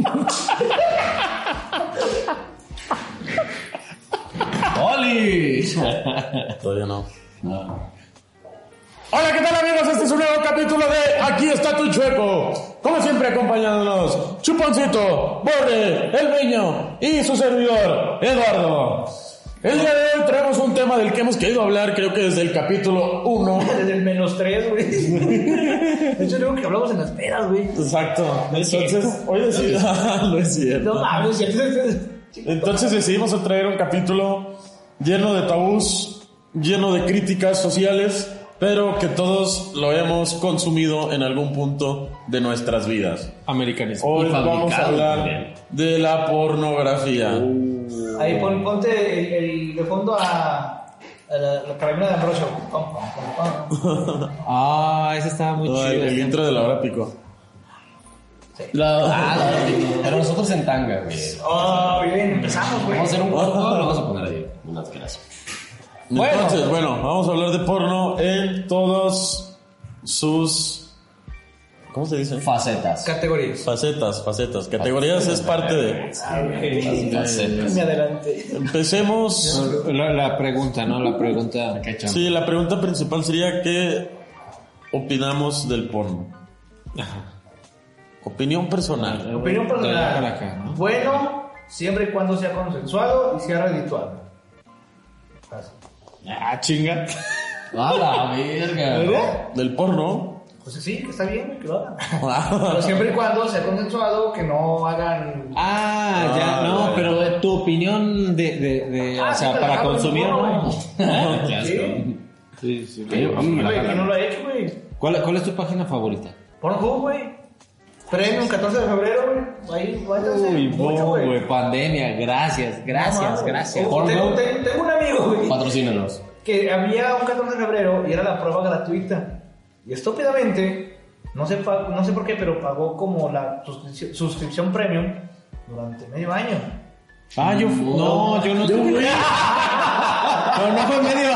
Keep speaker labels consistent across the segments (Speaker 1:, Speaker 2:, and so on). Speaker 1: ¡Oli!
Speaker 2: Todavía no.
Speaker 1: Hola, ¿qué tal amigos? Este es un nuevo capítulo de Aquí está tu chueco. Como siempre acompañándonos, Chuponcito, Borre, El Beño y su servidor, Eduardo. El día de hoy traemos un tema del que hemos querido hablar, creo que desde el capítulo 1.
Speaker 3: Desde el menos tres, güey. De hecho, digo que hablamos en las pedas, güey.
Speaker 1: Exacto. Entonces, hoy decidimos... no es
Speaker 3: No
Speaker 1: cierto.
Speaker 3: mames, ya
Speaker 1: Entonces decidimos traer un capítulo lleno de tabús, lleno de críticas sociales, pero que todos lo hemos consumido en algún punto de nuestras vidas.
Speaker 2: Americanismo.
Speaker 1: Hoy
Speaker 2: Y
Speaker 1: vamos a
Speaker 2: fabricado
Speaker 1: hablar
Speaker 2: también. Uh,
Speaker 1: de la pornografía.
Speaker 3: Ahí pon- ponte el, el- de fondo a, a la, la carabina de Ambrosio. Pam, pam, pam, pam.
Speaker 2: Ah, ese estaba muy
Speaker 1: No,
Speaker 2: chido.
Speaker 1: el, el
Speaker 2: ese.
Speaker 1: intro de la hora pico.
Speaker 2: La- Ah, no, pero nosotros en tanga, güey.
Speaker 3: Oh, bien, empezamos, güey.
Speaker 2: Vamos a hacer un corto, lo vamos a poner ahí. Un asquerazo.
Speaker 1: Bueno. Entonces, bueno, vamos a hablar de porno en todos sus... ¿Cómo se dice?
Speaker 2: Facetas.
Speaker 3: Categorías.
Speaker 1: Facetas, facetas. Categorías es parte de...
Speaker 3: Ah, ok.
Speaker 2: Facetas.
Speaker 3: Me adelante.
Speaker 1: Empecemos...
Speaker 2: La, la pregunta, ¿no? La pregunta.
Speaker 1: Sí, la pregunta principal sería qué opinamos del porno. Opinión personal.
Speaker 3: Opinión
Speaker 2: Para
Speaker 3: personal.
Speaker 2: acá, ¿no?
Speaker 3: Bueno, siempre y cuando sea consensuado y sea redituado.
Speaker 1: Ah, chinga.
Speaker 2: A la verga.
Speaker 3: ¿Verdad?
Speaker 1: Del porno.
Speaker 3: Pues sí, que está bien, güey, que lo hagan. Pero siempre y cuando sea consensuado, que no hagan.
Speaker 2: Ah, ya, no,
Speaker 1: Ah,
Speaker 2: pero eh, tu opinión de, de, de
Speaker 3: Ah,
Speaker 2: o
Speaker 3: sí,
Speaker 2: sea,
Speaker 3: me la
Speaker 2: para
Speaker 3: acabo de
Speaker 2: consumir,
Speaker 3: fumar,
Speaker 2: ¿no?
Speaker 3: güey.
Speaker 2: Qué asco.
Speaker 3: Sí.
Speaker 2: Sí, sí,
Speaker 3: Güey, que no lo ha hecho, güey.
Speaker 2: ¿Cuál, ¿Cuál es tu página favorita?
Speaker 3: Pornhub, güey. Premium 14 de febrero, güey. Ahí, váyanse. Mucho,
Speaker 2: no, güey, pandemia, gracias,
Speaker 3: No
Speaker 2: gracias,
Speaker 3: mames.
Speaker 2: gracias.
Speaker 3: Tengo, tengo, tengo- tengo un amigo, güey,
Speaker 2: Patrocínanos.
Speaker 3: que había un 14 de febrero y era la prueba gratuita. Y estúpidamente, no sé, pa- no sé por qué, pero pagó como la suscripción, suscripción premium durante medio año.
Speaker 2: Ah, yo fu- no, yo no
Speaker 1: Yo
Speaker 2: estuve.
Speaker 1: fui.
Speaker 2: Pero no fue medio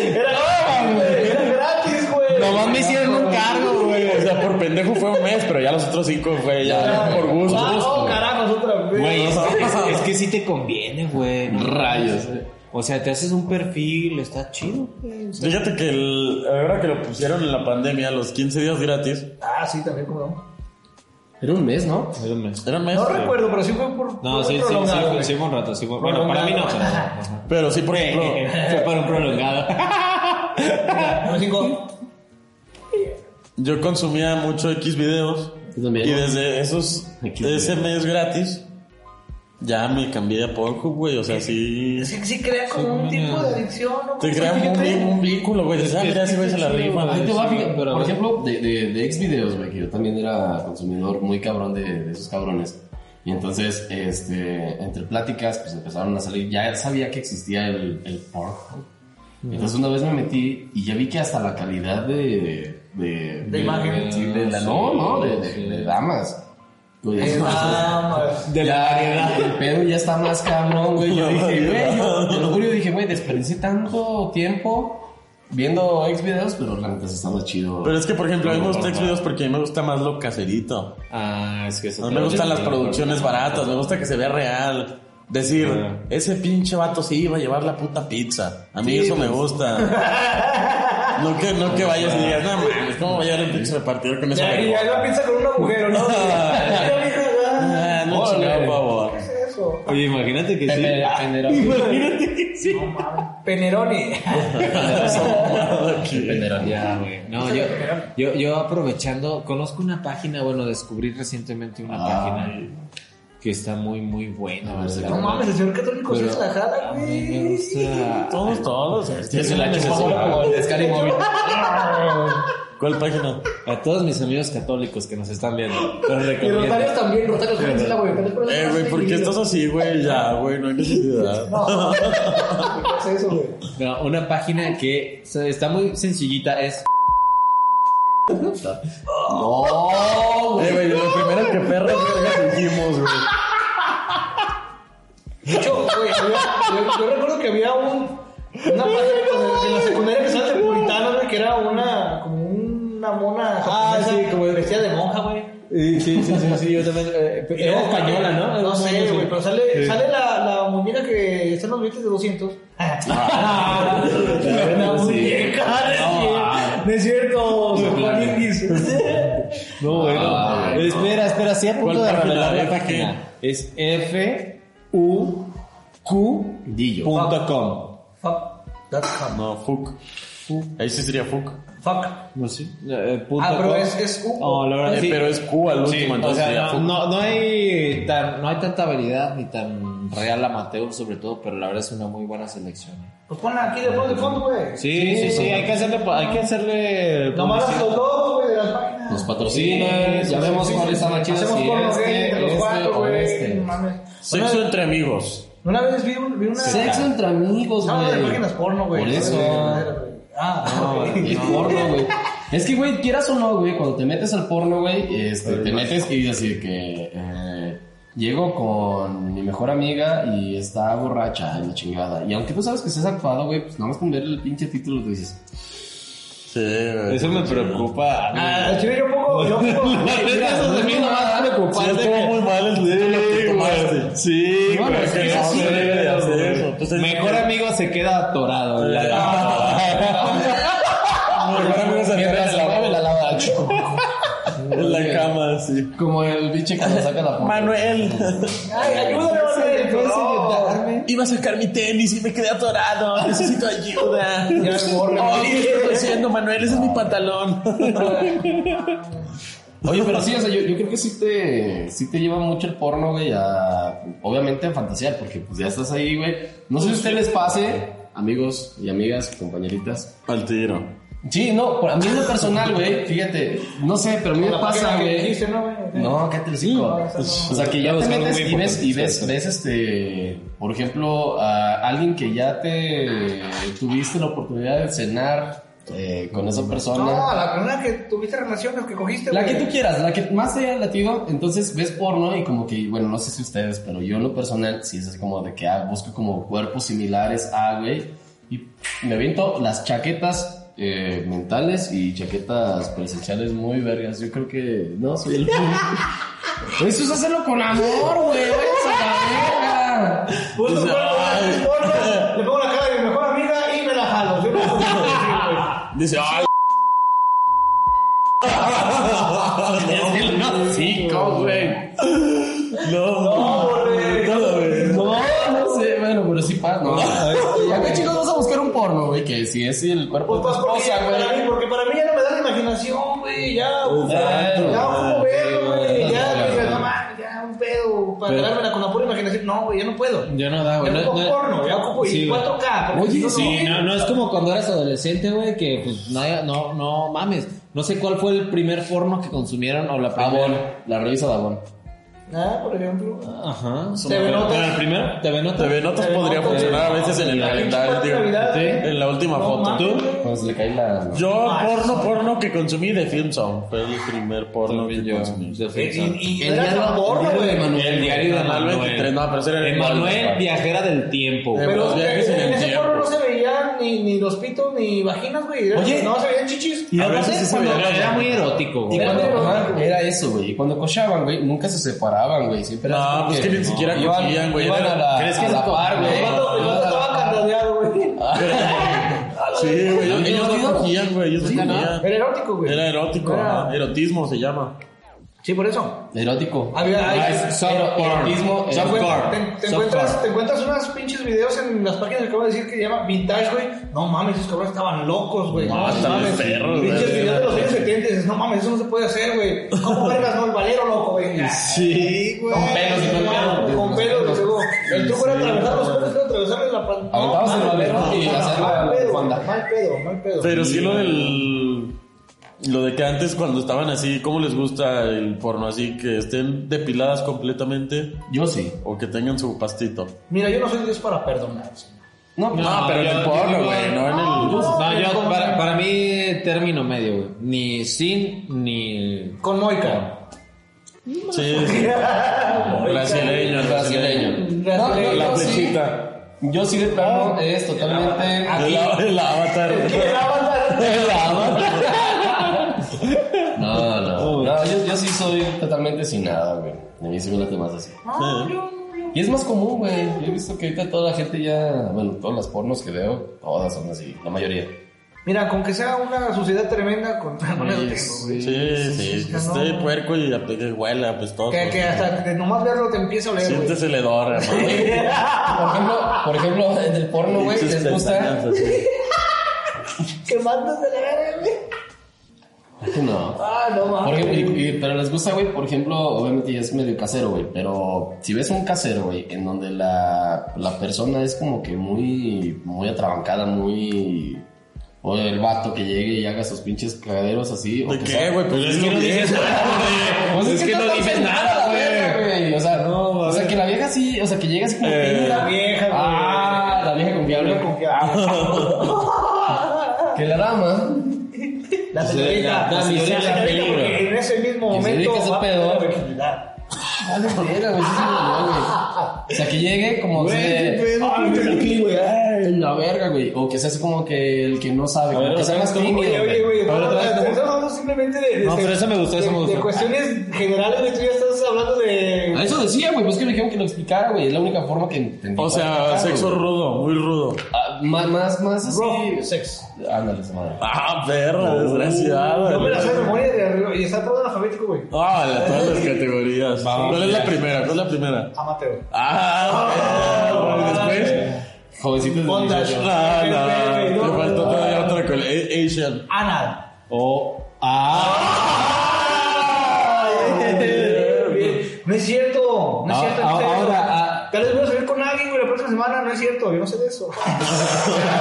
Speaker 2: año.
Speaker 3: Era gratis, güey. Era gratis, güey.
Speaker 2: Nomás me hicieron un cargo, güey.
Speaker 1: O sea, por pendejo fue un mes, pero ya los otros cinco fue ya por gusto.
Speaker 3: Ah, no, carajos, otra vez.
Speaker 2: Güey, es, es- es que sí te conviene, güey.
Speaker 1: Rayos.
Speaker 2: O sea, te haces un perfil, está chido, güey. O sea,
Speaker 1: Fíjate que el- ahora que lo pusieron en la pandemia, los 15 días gratis,
Speaker 3: Ah, sí, también como no.
Speaker 4: Era un mes, ¿no?
Speaker 1: eran meses.
Speaker 3: No recuerdo, pero sí fue por.
Speaker 2: Este, No,
Speaker 3: fue
Speaker 2: sí, sí, sí,
Speaker 3: prolongado,
Speaker 2: fue-
Speaker 3: güey.
Speaker 2: sí, fue un rato, sí, fue- Bueno, para mí no, pero. ajá.
Speaker 1: Pero sí, por
Speaker 2: Eh, eh,
Speaker 1: ejemplo,
Speaker 2: eh, Fue para un prolongado.
Speaker 3: Número cinco.
Speaker 1: yo consumía mucho X videos
Speaker 4: Yo también.
Speaker 1: y desde esos
Speaker 4: X
Speaker 1: ese mes gratis ya me cambié a Pornhub, güey, o sea, sí
Speaker 3: Es que sí crea como un tipo de adicción. ¿no?
Speaker 1: Te
Speaker 3: Sí,
Speaker 1: crean
Speaker 3: yo
Speaker 1: un,
Speaker 3: creo.
Speaker 1: vi- un vínculo, güey. Dices, ah, mira, ese güey se la rifa.
Speaker 4: Ahí
Speaker 1: güey.
Speaker 4: te va,
Speaker 2: sí,
Speaker 4: fíjate,
Speaker 2: pero-
Speaker 4: por ejemplo, de, de, de Xvideos, güey, que yo también era consumidor muy cabrón de, de esos cabrones. Y entonces, este, entre pláticas, pues empezaron a salir. Ya sabía que existía el, el Pornhub. Entonces una vez me metí y ya vi que hasta la calidad de... De,
Speaker 3: imagen.
Speaker 4: sí, de la-
Speaker 2: Sí,
Speaker 4: no, no, de, de-
Speaker 2: sí.
Speaker 4: de damas.
Speaker 3: Eh, mamas.
Speaker 2: De la variedad.
Speaker 4: El pedo ya está más cabrón, güey. Yo dije, güey, yo te lo juro, yo dije, güey, desperdicié tanto tiempo viendo X videos, pero la neta se está más chido.
Speaker 1: Pero es que, por ejemplo, a mí me gusta videos porque a mí me gusta más lo caserito.
Speaker 2: Ah, es que eso.
Speaker 1: A mí me gustan las producciones baratas, me gusta que se vea real. Decir,
Speaker 2: Ah.
Speaker 1: ese pinche vato sí iba a llevar la puta pizza. A mí
Speaker 2: Sí,
Speaker 1: eso
Speaker 2: pues.
Speaker 1: me gusta. No que, no que vayas y digas, no mames, ¿cómo voy a llevar un pinche repartidor con esa
Speaker 3: Ya, y ya
Speaker 1: vergüenza?
Speaker 3: la pizza con un agujero, ¿no?
Speaker 1: Ah, no
Speaker 2: Órale.
Speaker 1: chingado, pavo.
Speaker 3: ¿Qué es eso?
Speaker 2: Oye, imagínate que sí. Imagínate que sí.
Speaker 3: No mames. Peneroni.
Speaker 2: Ya, güey. No, yo, yo, yo aprovechando, conozco una página, bueno, descubrí recientemente una página que está muy, muy buena.
Speaker 4: Ah. A ver,
Speaker 2: ¿verdad?
Speaker 4: se
Speaker 3: No mames, el señor católico sí
Speaker 2: Pero
Speaker 3: es la jala,
Speaker 2: a mí me
Speaker 3: güey.
Speaker 2: gusta.
Speaker 1: Todos, todos.
Speaker 4: Que
Speaker 1: Es
Speaker 4: se la
Speaker 1: una
Speaker 4: chupó
Speaker 1: necesidad.
Speaker 4: como el de Scary Movie.
Speaker 1: ¿Cuál página?
Speaker 2: A todos mis amigos católicos que nos están viendo, los
Speaker 3: Y
Speaker 2: recomiendo.
Speaker 3: Rotarios también, Rotarios también la güey.
Speaker 1: Eh, güey, ¿por qué estás así, güey? Ya, güey, no hay necesidad.
Speaker 3: No, ¿qué es eso, güey?
Speaker 2: No, una página que o sea, está muy sencillita, es
Speaker 4: No,
Speaker 1: Eh,
Speaker 4: güey.
Speaker 1: güey, lo primero que perras vergas dijimos, güey.
Speaker 3: De hecho, güey, yo, yo- yo recuerdo que había un, una página pues, en la secundaria que estaba de puritano, güey, que era una, como una mona
Speaker 1: Ah,
Speaker 3: japonesa
Speaker 1: sí, como de-
Speaker 3: vestida de monja, güey.
Speaker 2: Sí, sí, sí, sí, yo también. eh,
Speaker 3: Y luego-
Speaker 2: era española, ¿no?
Speaker 3: No sé, güey, pero sale,
Speaker 2: Sí.
Speaker 3: sale la, la muñeca que está en los billetes de 200.
Speaker 4: Ah.
Speaker 3: la
Speaker 4: Sí.
Speaker 3: muñeca,
Speaker 4: No,
Speaker 3: no es cierto.
Speaker 4: No,
Speaker 3: Juan
Speaker 4: claro.
Speaker 3: Inguis.
Speaker 2: No, bueno.
Speaker 4: Ah, no.
Speaker 2: espera, espera, sí a punto
Speaker 1: ¿Cuál
Speaker 2: de
Speaker 1: página?
Speaker 2: revelar la
Speaker 1: ¿F
Speaker 2: página. Es F U Q
Speaker 4: Dillo.
Speaker 2: punto com.
Speaker 3: Fuck. Dot com.
Speaker 1: No, fuck. Ahí sí sería fuck.
Speaker 3: Fuck.
Speaker 2: No sé. eh, punto
Speaker 3: Ah, pero
Speaker 2: com.
Speaker 3: es, es un-
Speaker 2: Oh, la verdad,
Speaker 1: Eh,
Speaker 2: sí.
Speaker 1: Pero es Q al
Speaker 2: Sí,
Speaker 1: último,
Speaker 2: o
Speaker 1: entonces sería
Speaker 2: sea, no,
Speaker 1: fuck.
Speaker 2: no, no hay tan, no hay tanta variedad ni tan real amateur sobre todo, pero la verdad es una muy buena selección.
Speaker 3: Pues ponla aquí de fondo, de fondo, güey.
Speaker 2: Sí, sí, sí, hay que hacerle, hay que hacerle
Speaker 3: Nomás
Speaker 2: publicidad.
Speaker 3: los dos, güey, de las páginas.
Speaker 4: Nos patrocina.
Speaker 2: Sí,
Speaker 4: Ya
Speaker 2: sí,
Speaker 4: vemos
Speaker 2: sí,
Speaker 4: cuál
Speaker 2: sí,
Speaker 4: está más chido.
Speaker 3: Hacemos
Speaker 4: Si
Speaker 3: porno gay
Speaker 4: este,
Speaker 3: entre los
Speaker 4: este
Speaker 3: cuatro,
Speaker 4: o
Speaker 3: güey.
Speaker 4: este.
Speaker 3: No mames.
Speaker 1: Sexo entre amigos.
Speaker 3: Una vez vi, un- vi una.
Speaker 4: Sexo entre amigos,
Speaker 3: No, no, de
Speaker 4: güey.
Speaker 3: páginas porno, güey.
Speaker 4: Por
Speaker 3: No,
Speaker 4: eso.
Speaker 3: de- de- de- de- Ah,
Speaker 4: No,
Speaker 3: ok.
Speaker 4: el porno, güey. Es que, güey, quieras o no, güey, cuando te metes al porno, güey, este, te metes y decir que eh, llego con mi mejor amiga y está borracha en la chingada. Y aunque tú sabes que estés actuado, güey, pues nomás con ver el pinche título tú dices,
Speaker 1: Sí, güey.
Speaker 2: Eso me preocupa. a mí.
Speaker 3: Ah, al chile yo pongo. Yo pongo.
Speaker 4: Mira,
Speaker 2: eso
Speaker 4: no
Speaker 2: de
Speaker 4: es
Speaker 2: mí nomás
Speaker 4: nada.
Speaker 2: me preocupa.
Speaker 1: Sí,
Speaker 2: Aparte
Speaker 1: estuvo
Speaker 2: que-
Speaker 1: muy mal el título que tomaste. Sí,
Speaker 4: No,
Speaker 1: güey,
Speaker 4: no, es
Speaker 1: que
Speaker 4: que
Speaker 1: no
Speaker 4: sí,
Speaker 1: se debe de hacer eso. Entonces,
Speaker 2: Mejor amigo se queda atorado. en la-
Speaker 1: Mejor amigo se
Speaker 4: Mientras
Speaker 1: aferra
Speaker 4: la
Speaker 1: a
Speaker 4: mueve la lava.
Speaker 1: la- en la cama, sí.
Speaker 4: Como el pinche cuando saca la foto.
Speaker 1: Manuel.
Speaker 3: Ay, ayúdame, Manuel. no.
Speaker 1: Iba a sacar mi tenis y me quedé atorado. Necesito ayuda.
Speaker 3: Ya, morre.
Speaker 1: Oh, ¿qué estoy haciendo, Manuel? Ese es mi pantalón.
Speaker 4: Oye, pero sí, o sea, yo, yo creo que sí te, sí te lleva mucho el porno, güey, a, obviamente a fantasear, porque pues ya estás ahí, güey. No sé si a ustedes les pase, amigos y amigas, compañeritas.
Speaker 1: Al tiro.
Speaker 4: Sí, no, por- a mí en lo personal, güey, fíjate, no sé, pero a mí me
Speaker 3: La
Speaker 4: pasa,
Speaker 3: página que
Speaker 4: güey.
Speaker 3: dijiste, ¿no, güey?
Speaker 4: No, cállate el hocico. O sea, que ya te metes y ves, y ves, ves este, por ejemplo, a alguien que ya te tuviste la oportunidad de cenar eh, con esa persona.
Speaker 3: No, la primera que tuviste relaciones, que cogiste.
Speaker 4: La que
Speaker 3: güey.
Speaker 4: tú quieras, la que más te haya latido, entonces ves porno y como que, bueno, no sé si ustedes, pero yo en lo personal, sí es así como de que ah, busco como cuerpos similares a, güey, y me aviento las chaquetas eh, mentales y chaquetas presenciales muy vergas. Yo creo que, no, soy el Pues Eso es hacerlo con amor, güey, váyanse a la verga.
Speaker 3: Puto
Speaker 1: Dice,
Speaker 3: cuerpo,
Speaker 1: ay.
Speaker 3: güey, porno, Le pongo la cara de mi mejor amiga y me la jalo. Yo no puedo decir, güey.
Speaker 1: Dice, ay,
Speaker 4: No, sí, güey.
Speaker 1: no, no,
Speaker 3: güey.
Speaker 1: no, güey.
Speaker 4: No, no sé, bueno, pero sí pasa, no. ¿A qué chicos vas a buscar un porno, güey? Que si es el cuerpo
Speaker 3: Pues
Speaker 4: de tu
Speaker 3: más porque,
Speaker 4: esposa,
Speaker 3: para mí,
Speaker 4: güey.
Speaker 3: porque para mí ya no me da la imaginación, güey. Ya, uf, ya,
Speaker 4: Exacto.
Speaker 3: un pedo, güey.
Speaker 4: Sí,
Speaker 3: Ya,
Speaker 4: güey.
Speaker 3: güey, no mames, ya, un pedo. Para dármela con la pura imaginación. No, güey, ya no puedo.
Speaker 2: Yo no da, güey.
Speaker 3: Ya
Speaker 2: no-
Speaker 3: ocupo
Speaker 2: no-
Speaker 3: porno, ya ocupo
Speaker 2: Sí,
Speaker 3: y
Speaker 2: güey.
Speaker 3: 4K. porque si
Speaker 2: Oye,
Speaker 3: no,
Speaker 2: sí,
Speaker 3: no.
Speaker 2: no, no es como cuando eras adolescente, güey, que pues no, no, no mames. No sé cuál fue el primer porno que consumieron o la
Speaker 4: Davon,
Speaker 2: primera.
Speaker 4: la revisa Davon.
Speaker 3: Ah, por ejemplo.
Speaker 2: Ajá.
Speaker 3: Se ve
Speaker 1: ¿Era el
Speaker 3: nota.
Speaker 1: primero?
Speaker 2: TV Notas.
Speaker 1: TV Notas podría funcionar a veces en el
Speaker 3: La
Speaker 1: calendario,
Speaker 3: pinche Navidad,
Speaker 1: digo,
Speaker 3: ¿eh?
Speaker 1: en la última
Speaker 3: No
Speaker 1: foto.
Speaker 3: mames.
Speaker 1: ¿Tú?
Speaker 4: Cuando se le cae la.
Speaker 1: Yo,
Speaker 3: Ah,
Speaker 1: porno, porno que consumí de Film Sound. Fue el primer porno que
Speaker 2: Yo,
Speaker 1: consumí. Eh,
Speaker 2: de
Speaker 3: Eh, Y,
Speaker 2: Friends.
Speaker 3: y, y
Speaker 4: El
Speaker 3: era
Speaker 4: diario-
Speaker 3: tan porno,
Speaker 4: el diario de
Speaker 3: güey.
Speaker 4: Manuel.
Speaker 2: El diario de
Speaker 1: Canal
Speaker 2: Manuel.
Speaker 1: 23, no, pero ese era el
Speaker 2: Emanuel,
Speaker 1: Manuel.
Speaker 2: viajera del tiempo.
Speaker 1: Eh,
Speaker 3: Pero
Speaker 1: Los viajes en el
Speaker 3: en ese
Speaker 1: tiempo.
Speaker 3: porno no se veían ni, ni los pitos ni vaginas, güey. Era-
Speaker 2: Oye.
Speaker 3: No se veían chichis.
Speaker 2: Y
Speaker 1: A
Speaker 2: aparte,
Speaker 1: veces sí se
Speaker 2: cuando-
Speaker 1: veía la-
Speaker 2: era muy erótico,
Speaker 4: Y
Speaker 2: güey.
Speaker 4: cuando,
Speaker 3: Pero-
Speaker 4: ajá, era eso, güey. Y cuando cochaban, güey, nunca se separaban, güey. Siempre
Speaker 1: No,
Speaker 4: era como
Speaker 1: pues que ni siquiera
Speaker 4: iban-
Speaker 1: cogían, güey.
Speaker 4: Iban
Speaker 1: Era-
Speaker 4: a la,
Speaker 1: ¿crees que
Speaker 4: a
Speaker 1: se
Speaker 4: la par,
Speaker 1: cojaban?
Speaker 4: güey.
Speaker 3: El vato el vato estaba candadeado, güey.
Speaker 1: Sí, güey. ellos-
Speaker 4: ¿Yo
Speaker 1: Ellos no
Speaker 4: digo?
Speaker 1: cogían, güey. Ellos no
Speaker 4: Sí, ¿no?
Speaker 1: cogían.
Speaker 3: Era erótico, güey.
Speaker 1: Era erótico.
Speaker 3: Era-
Speaker 1: ajá, Erotismo se llama.
Speaker 3: Sí, por eso.
Speaker 4: Erótico.
Speaker 3: Había-
Speaker 4: Ah,
Speaker 3: hay-
Speaker 4: es
Speaker 2: soft
Speaker 4: ero-
Speaker 2: porn.
Speaker 4: erotismo,
Speaker 3: Te,
Speaker 4: erotismo.
Speaker 3: encuentras- te- te encuentras, te encuentras unos pinches videos en las páginas que acabo de decir que se llama Vintage, güey. No mames, esos cabrones estaban locos, güey.
Speaker 1: No, estaban
Speaker 3: mames.
Speaker 1: perros,
Speaker 3: Pinches
Speaker 1: güey.
Speaker 3: videos de los años 70 dices, no mames, eso no se puede hacer, güey. ¿Cómo vergas, no? El valero, loco, güey.
Speaker 1: Sí, güey.
Speaker 3: Con pelos,
Speaker 4: con pelos.
Speaker 3: Con pelos, luego. El truco era atravesar los pelos, pero atravesarle la planta.
Speaker 4: Aventabas el valero y hacer la-
Speaker 3: mal
Speaker 4: la
Speaker 3: pedo,
Speaker 4: banda.
Speaker 3: mal pedo, mal pedo.
Speaker 1: Pero sí lo del... Lo de que antes cuando estaban así, ¿cómo les gusta el porno? Así que estén depiladas completamente
Speaker 4: Yo sí.
Speaker 1: o que tengan su pastito.
Speaker 3: Mira, yo no soy Dios para perdonar.
Speaker 4: No,
Speaker 2: No,
Speaker 1: Ah, pero en
Speaker 2: yo-
Speaker 1: el
Speaker 2: yo
Speaker 1: porno,
Speaker 2: digo-
Speaker 1: güey, no en el...
Speaker 2: No, yo,
Speaker 3: con-
Speaker 2: para, para mí, término medio, güey. Ni sin, ni.
Speaker 3: Con Moica.
Speaker 1: Sí, sí. Brasileño, el brasileño.
Speaker 3: Brasileño.
Speaker 1: La
Speaker 4: No, sí.
Speaker 1: flechita.
Speaker 4: Yo sí de plano es totalmente.
Speaker 1: El, el avatar.
Speaker 3: ¿Qué? La banda-
Speaker 1: El avatar.
Speaker 4: No, no. No, No, yo, yo sí soy totalmente sin nada, güey. A mí sí me late más así. Y es más común, güey. Yo he visto que ahorita toda la gente ya, bueno, todas las pornos que veo, todas son así, la mayoría.
Speaker 3: Mira, con que sea una suciedad tremenda, con no lo tengo, güey.
Speaker 1: Sí, sí,
Speaker 3: no,
Speaker 1: estoy
Speaker 3: no.
Speaker 1: puerco y la piel huela, pues todo.
Speaker 3: Que, que hasta de nomás verlo te empieza a oler, güey.
Speaker 1: Sientes el hedor, hermano.
Speaker 4: Por ejemplo, por ejemplo en el porno, güey,
Speaker 1: Pinches
Speaker 4: les gusta.
Speaker 1: pestañas así.
Speaker 3: Que mandas de la verga, güey.
Speaker 4: No.
Speaker 3: Ah, no
Speaker 4: Por
Speaker 3: mames.
Speaker 4: ejemplo, y- y- pero les gusta, güey, por ejemplo, obviamente ya es medio casero, güey, pero si ves un casero, güey, en donde la, la persona es como que muy, muy atrabancada, muy... O el vato que llegue y haga sus pinches cagaderos así. o
Speaker 1: ¿De
Speaker 4: que
Speaker 1: qué,
Speaker 4: sea-
Speaker 1: güey? Pues es que no dices nada,
Speaker 4: Pues
Speaker 1: güey. Es que no dices nada, güey.
Speaker 4: güey. O sea,
Speaker 1: No, a
Speaker 4: o sea
Speaker 1: ver.
Speaker 4: que la vieja sí, o sea, que llega así como
Speaker 1: Eh,
Speaker 4: peda.
Speaker 3: la vieja, güey.
Speaker 4: Ah, la vieja confiable. Que la dama,
Speaker 3: La señorita,
Speaker 4: la- la señorita
Speaker 3: señorita,
Speaker 4: peligro.
Speaker 3: porque en ese mismo
Speaker 4: Que se
Speaker 3: momento
Speaker 4: dedique a ese
Speaker 3: va a
Speaker 4: pedo.
Speaker 3: perder la virginidad.
Speaker 4: vale, verga, güey, sí se me olvidó, güey. O sea, que llegue como así de- Ay, la verga, güey. O que seas como que el que no sabe, como
Speaker 1: ver,
Speaker 4: que sea más
Speaker 1: ¿cómo?
Speaker 4: tímido.
Speaker 3: Oye, oye,
Speaker 4: güey.
Speaker 3: güey, no,
Speaker 1: A ver,
Speaker 3: no,
Speaker 1: otra vez,
Speaker 3: no,
Speaker 1: ¿cómo?
Speaker 3: estás hablando simplemente de, de-
Speaker 1: No, pero esa me gustó, esa
Speaker 3: de-
Speaker 1: me gustó.
Speaker 3: de cuestiones generales, güey, tú ya estás hablando de...
Speaker 4: A Eso decía, güey, pues que me dijeron que lo explicara, güey. Es la única forma que entendí.
Speaker 1: O sea,
Speaker 4: Ah,
Speaker 1: sexo
Speaker 4: güey.
Speaker 1: rudo, muy rudo.
Speaker 4: Ah, más, más, más así.
Speaker 3: Rough sex.
Speaker 4: Ándale, esa madre.
Speaker 1: Ah, perra, desgraciada.
Speaker 3: No me la sé de
Speaker 1: güey.
Speaker 3: memoria de arriba, y está todo analfabético, güey.
Speaker 1: Ah, la- todas las categorías. ¿Cuál es la primera? ¿Cuál es la primera?
Speaker 3: Amateo.
Speaker 1: Ah,
Speaker 3: Ah,
Speaker 1: güey, después. Ah,
Speaker 4: Jovencitos de
Speaker 3: Bondage.
Speaker 4: 18.
Speaker 1: No, no,
Speaker 3: No,
Speaker 1: te faltó
Speaker 3: no,
Speaker 1: todavía otra con A- Asian.
Speaker 3: Anal.
Speaker 1: O ah.
Speaker 3: No es cierto, no es
Speaker 1: Ah,
Speaker 3: cierto.
Speaker 1: ah,
Speaker 3: no sé eso.
Speaker 1: ahora, ah.
Speaker 3: Tal vez voy a salir con alguien, güey, la próxima semana, no es cierto, yo no sé de eso.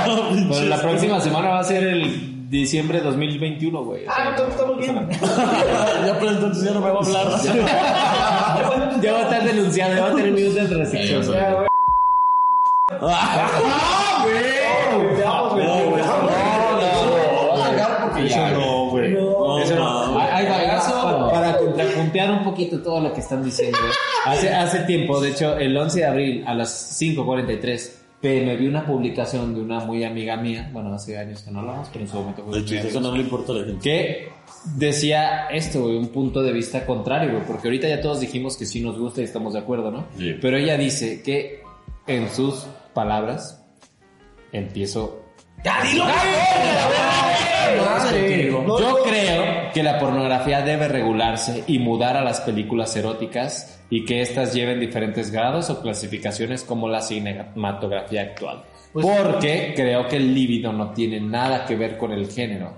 Speaker 2: Bueno, pues la próxima semana va a ser el diciembre de 2021, güey. O
Speaker 3: Ah,
Speaker 2: sea,
Speaker 3: no, todo estamos bien.
Speaker 1: Ya pero entonces ya no me va a hablar. Ah,
Speaker 2: Ya va a estar denunciado, ya va a tener minutos de restricción.
Speaker 4: Eso.
Speaker 3: Ya, güey,
Speaker 1: Ah, güey.
Speaker 3: te amo, güey.
Speaker 1: No, güey,
Speaker 3: Te amo, güey.
Speaker 4: No, no, lo voy a sacar porque
Speaker 1: Eso
Speaker 4: ya.
Speaker 1: no, güey. No, no.
Speaker 2: Ahí va,
Speaker 4: Eso.
Speaker 2: para, para contrapuntear un poquito todo lo que están diciendo. güey. Hace, hace tiempo, de hecho, el 11 de abril a las 5.43 pm, vi una publicación de una muy amiga mía, bueno, hace años que no hablamos, pero en su momento fue
Speaker 1: De
Speaker 2: muy
Speaker 1: hecho,
Speaker 2: amiga.
Speaker 1: eso no le importa a la gente.
Speaker 2: que decía esto, güey, un punto de vista contrario, güey, porque ahorita ya todos dijimos que sí nos gusta y estamos de acuerdo, ¿no?
Speaker 4: Sí.
Speaker 2: Pero ella dice que en sus palabras empiezo
Speaker 3: Ya, dilo, güey. No,
Speaker 2: yo
Speaker 3: no.
Speaker 2: creo que la pornografía debe regularse y mudar a las películas eróticas y que éstas lleven diferentes grados o clasificaciones como la cinematografía actual.
Speaker 3: Pues-
Speaker 2: Porque creo que el líbido no tiene nada que ver con el género.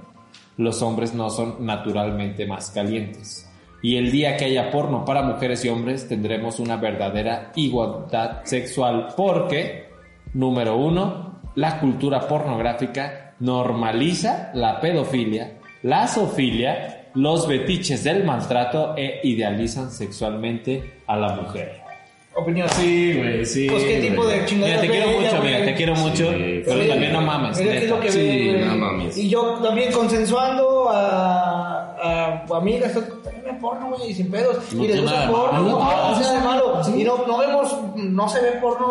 Speaker 2: Los hombres no son naturalmente más calientes. Y el día que haya porno para mujeres y hombres tendremos una verdadera igualdad sexual porque, número uno, la cultura pornográfica normaliza la pedofilia, la zoofilia, los fetiches del maltrato e idealizan sexualmente a la mujer.
Speaker 3: Opinión.
Speaker 4: Sí, güey, sí.
Speaker 3: Pues qué
Speaker 4: güey.
Speaker 3: tipo de chingadera
Speaker 2: Mira, te quiero
Speaker 3: ve ella,
Speaker 2: mucho,
Speaker 3: güey?
Speaker 2: mira, te quiero mucho,
Speaker 4: Sí,
Speaker 2: pero
Speaker 4: sí.
Speaker 2: también no mames.
Speaker 3: Mira qué es lo que
Speaker 2: neta.
Speaker 4: Sí,
Speaker 3: ve, güey.
Speaker 4: no mames.
Speaker 3: Y yo también consensuando a, a, a amigas, también me porno, güey, y sin pedos.
Speaker 1: No
Speaker 3: y les
Speaker 1: tiene
Speaker 3: gusta
Speaker 1: nada
Speaker 3: el
Speaker 1: de
Speaker 3: porno,
Speaker 1: malo.
Speaker 3: no,
Speaker 1: Ah,
Speaker 3: no tiene nada de malo. Y no, no vemos, no se ve porno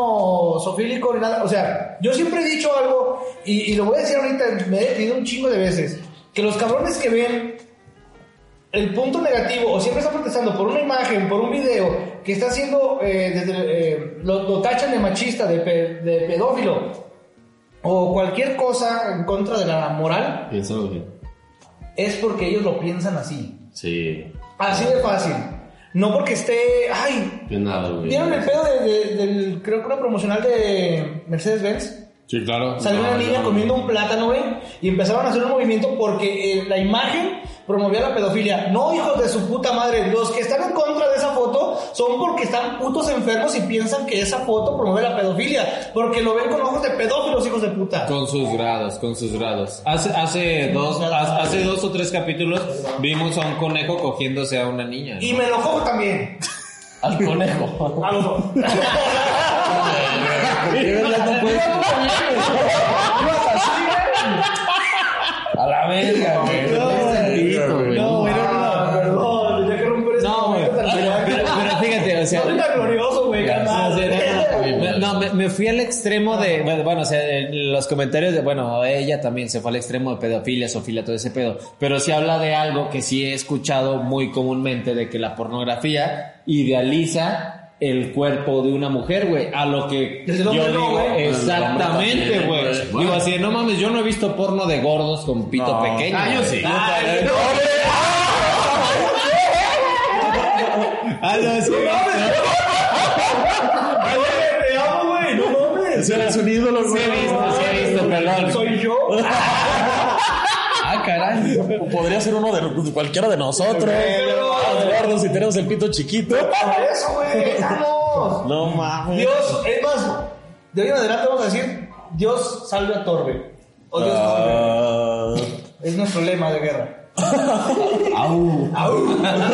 Speaker 3: sofílico ni nada. O sea, yo siempre he dicho algo, y, y lo voy a decir ahorita, me he detenido un chingo de veces, que los cabrones que ven el punto negativo, o siempre están protestando por una imagen, por un video que está siendo, eh, desde- eh, lo, lo tachan de machista, de, pe- de pedófilo, o cualquier cosa en contra de la moral,
Speaker 4: Piénsalo, güey.
Speaker 3: es porque ellos lo piensan así.
Speaker 4: Sí.
Speaker 3: Así de fácil. No porque esté, ay,
Speaker 4: Pues nada, güey.
Speaker 3: ¿vieron el pedo de- de- del, creo que era promocional de Mercedes-Benz?
Speaker 1: Sí, claro.
Speaker 3: Salió una
Speaker 4: No,
Speaker 3: niña
Speaker 4: no.
Speaker 3: comiendo un plátano, güey, y empezaron a hacer un movimiento porque eh, la imagen promovía la pedofilia. No, hijos de su puta madre, los que están en contra de esa foto son porque están putos enfermos y piensan que esa foto promueve la pedofilia, porque lo ven con ojos de pedófilos, hijos de puta.
Speaker 2: Con sus grados, con sus grados. Hace, hace, dos, ha- hace dos o tres capítulos vimos a un conejo cogiéndose a una niña. ¿no?
Speaker 3: Y me lo cojo también.
Speaker 4: Al conejo.
Speaker 3: A los dos.
Speaker 4: A la verga, güey.
Speaker 1: No,
Speaker 4: Tiene sentido, güey.
Speaker 1: no,
Speaker 3: güey, no, no, no, perdón, tenía que romper este
Speaker 2: No, güey.
Speaker 3: momento
Speaker 2: Pero,
Speaker 3: tan-
Speaker 2: pero- pero fíjate, o sea.
Speaker 3: No, es tan glorioso, güey,
Speaker 2: o sea,
Speaker 3: calma.
Speaker 2: o sea, no, no, no, No, me, me fui al extremo de. Bueno, bueno, o sea, en los comentarios de. Bueno, ella también se fue al extremo de pedofilia, sofilia, todo ese pedo. Pero sí habla de algo que sí he escuchado muy comúnmente: de que la pornografía idealiza el cuerpo de una mujer, güey. A lo que
Speaker 3: Desde el hombre no, güey.
Speaker 2: exactamente,
Speaker 4: también,
Speaker 2: güey.
Speaker 4: güey.
Speaker 2: Digo así, de, no mames, yo no he visto porno de gordos con pito pequeño.
Speaker 4: Ah, yo
Speaker 2: güey".
Speaker 4: sí.
Speaker 1: ¿eh?
Speaker 2: Ay, no. Ah, no, sí.
Speaker 3: Te amo, güey. No mames.
Speaker 1: Ese es un ídolo,
Speaker 2: Sí
Speaker 1: güey.
Speaker 2: he visto, sí he visto, perdón.
Speaker 3: Soy yo.
Speaker 2: Ah, caray.
Speaker 1: O Podría ser uno de cualquiera de nosotros.
Speaker 3: Pero-
Speaker 1: Eduardo, si tenemos el pito chiquito.
Speaker 3: Por eso, güey. Estamos.
Speaker 1: No mames.
Speaker 3: Dios, es más, de hoy en adelante vamos a decir: Dios salve a Torbe. O Dios salve.
Speaker 1: Ah,
Speaker 3: Es nuestro lema de guerra.
Speaker 4: Au.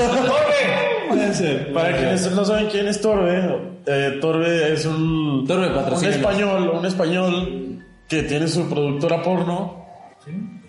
Speaker 3: ¡Torbe!
Speaker 1: puede ser. Para quienes no saben quién es Torbe, eh, Torbe es un,
Speaker 2: Torbe,
Speaker 1: un
Speaker 2: patrocínanos.
Speaker 1: español, un español que tiene su productora porno.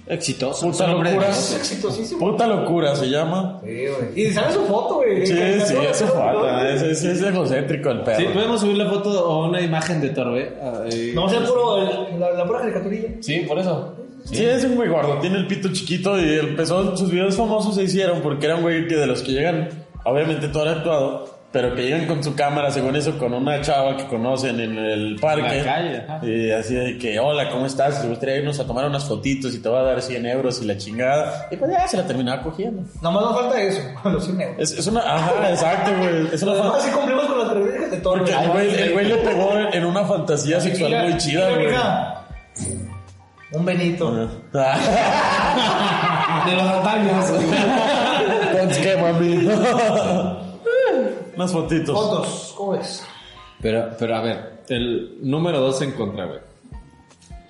Speaker 2: Exitoso.
Speaker 1: Puta
Speaker 2: Son hombres de
Speaker 1: locura.
Speaker 2: negocio.
Speaker 3: Exitosísimo.
Speaker 1: Puta locura se llama.
Speaker 3: Sí, güey. Y sale su foto, güey.
Speaker 1: Sí, sí,
Speaker 3: Caricatura,
Speaker 1: eso
Speaker 3: ¿no?
Speaker 1: falta. Es, es, es egocéntrico el
Speaker 2: Sí,
Speaker 1: perro.
Speaker 2: podemos subir la foto o una imagen de Torbe. Ah, eh,
Speaker 3: No, sea puro, el- la, la pura caricaturilla.
Speaker 4: Sí, por eso.
Speaker 1: Sí, es un güey gordo, tiene el pito chiquito y empezó, sus videos famosos se hicieron porque era un güey que de los que llegan, obviamente todo era actuado, pero que llegan con su cámara, según eso, con una chava que conocen en el parque.
Speaker 2: En la calle, ajá.
Speaker 1: Y así de que, hola, ¿cómo estás? Te gustaría irnos a tomar unas fotitos y te va a dar 100 euros y la chingada. Y pues ya se la terminaba cogiendo.
Speaker 3: Nomás nos falta eso, los 100 euros.
Speaker 1: Es, es una, ajá, exacto, güey. Es una
Speaker 3: Además,
Speaker 1: fan-
Speaker 3: así cumplimos con las reglas de Torbe.
Speaker 1: Porque el güey, el güey le pegó en una fantasía
Speaker 3: Y la-
Speaker 1: sexual muy chida,
Speaker 3: y la
Speaker 1: güey.
Speaker 3: vieja, Un Benito.
Speaker 2: de los antaños.
Speaker 1: Con qué, mami? Unas fotitos.
Speaker 3: Fotos, ¿cómo es?
Speaker 2: Pero, pero a ver, el número dos en contra, güey.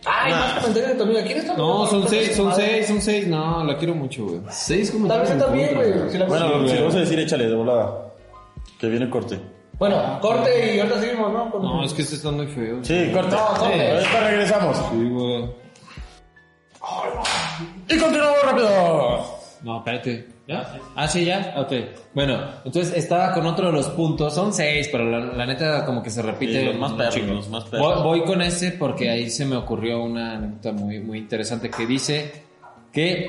Speaker 3: Ay, más comentarios de tu amiga. ¿Quién es tu
Speaker 2: No,
Speaker 3: amiga?
Speaker 2: son
Speaker 3: Porque
Speaker 2: seis, son
Speaker 3: madre.
Speaker 2: seis, son seis. No, la quiero mucho, güey.
Speaker 4: Seis
Speaker 3: Tal vez
Speaker 4: comentarios.
Speaker 3: él también, güey. Si la cosa-
Speaker 1: Bueno, si lo vas a decir, échale de volada. Que viene corte.
Speaker 3: Bueno, corte y ahorita seguimos, ¿no? Con-
Speaker 2: No, es que este está muy feo.
Speaker 1: Sí, corte.
Speaker 3: No, corte.
Speaker 1: Sí. Ahorita regresamos.
Speaker 2: Sí, güey.
Speaker 1: Y continuamos rápido.
Speaker 2: No, espérate. ¿Ya? Ah, sí, ya. Ok. Bueno, entonces estaba con otro de los puntos. Son seis, pero la, la neta como que se repite.
Speaker 1: Sí, los más
Speaker 2: un
Speaker 1: perros,
Speaker 2: chingo.
Speaker 1: los más perros.
Speaker 2: Voy, voy con ese porque ahí se me ocurrió una anécdota muy, muy interesante que dice que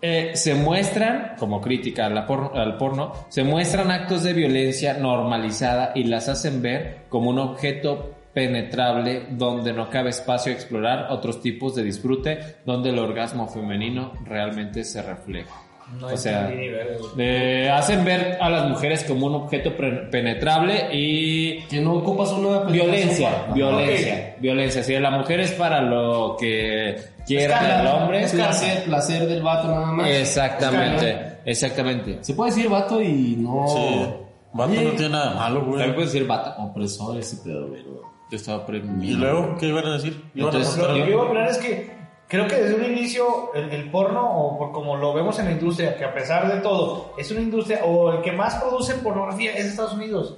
Speaker 2: eh, se muestran, como crítica a la por- al porno, se muestran actos de violencia normalizada y las hacen ver como un objeto penetrable donde no cabe espacio a explorar otros tipos de disfrute, donde el orgasmo femenino realmente se refleja.
Speaker 3: No
Speaker 2: o sea,
Speaker 3: entendí ni verga, güey.
Speaker 2: eh, hacen ver a las mujeres como un objeto pre- penetrable y
Speaker 4: Que no ocupas una
Speaker 2: Violencia,
Speaker 4: Ajá.
Speaker 2: violencia, violencia. Si la mujer es para lo que quiera el
Speaker 3: Escándalo,
Speaker 2: hombre.
Speaker 4: Es placer, placer del vato nada más.
Speaker 2: Exactamente, exactamente.
Speaker 4: Se puede decir vato y no.
Speaker 1: Sí. Vato no
Speaker 4: Oye,
Speaker 1: tiene nada de malo,
Speaker 2: También
Speaker 1: güey.
Speaker 2: puedes decir bata.
Speaker 4: Opresor ese pedo, güey. ¿no?
Speaker 2: Yo estaba
Speaker 1: ¿Y
Speaker 2: premiado.
Speaker 1: luego qué iban a decir? ¿Iban a
Speaker 4: Entonces,
Speaker 1: contar
Speaker 3: Lo
Speaker 1: algo?
Speaker 3: que iba a opinar es que creo que desde un inicio el, el porno, o por como lo vemos en la industria, que a pesar de todo es una industria, o el que más produce pornografía es Estados Unidos.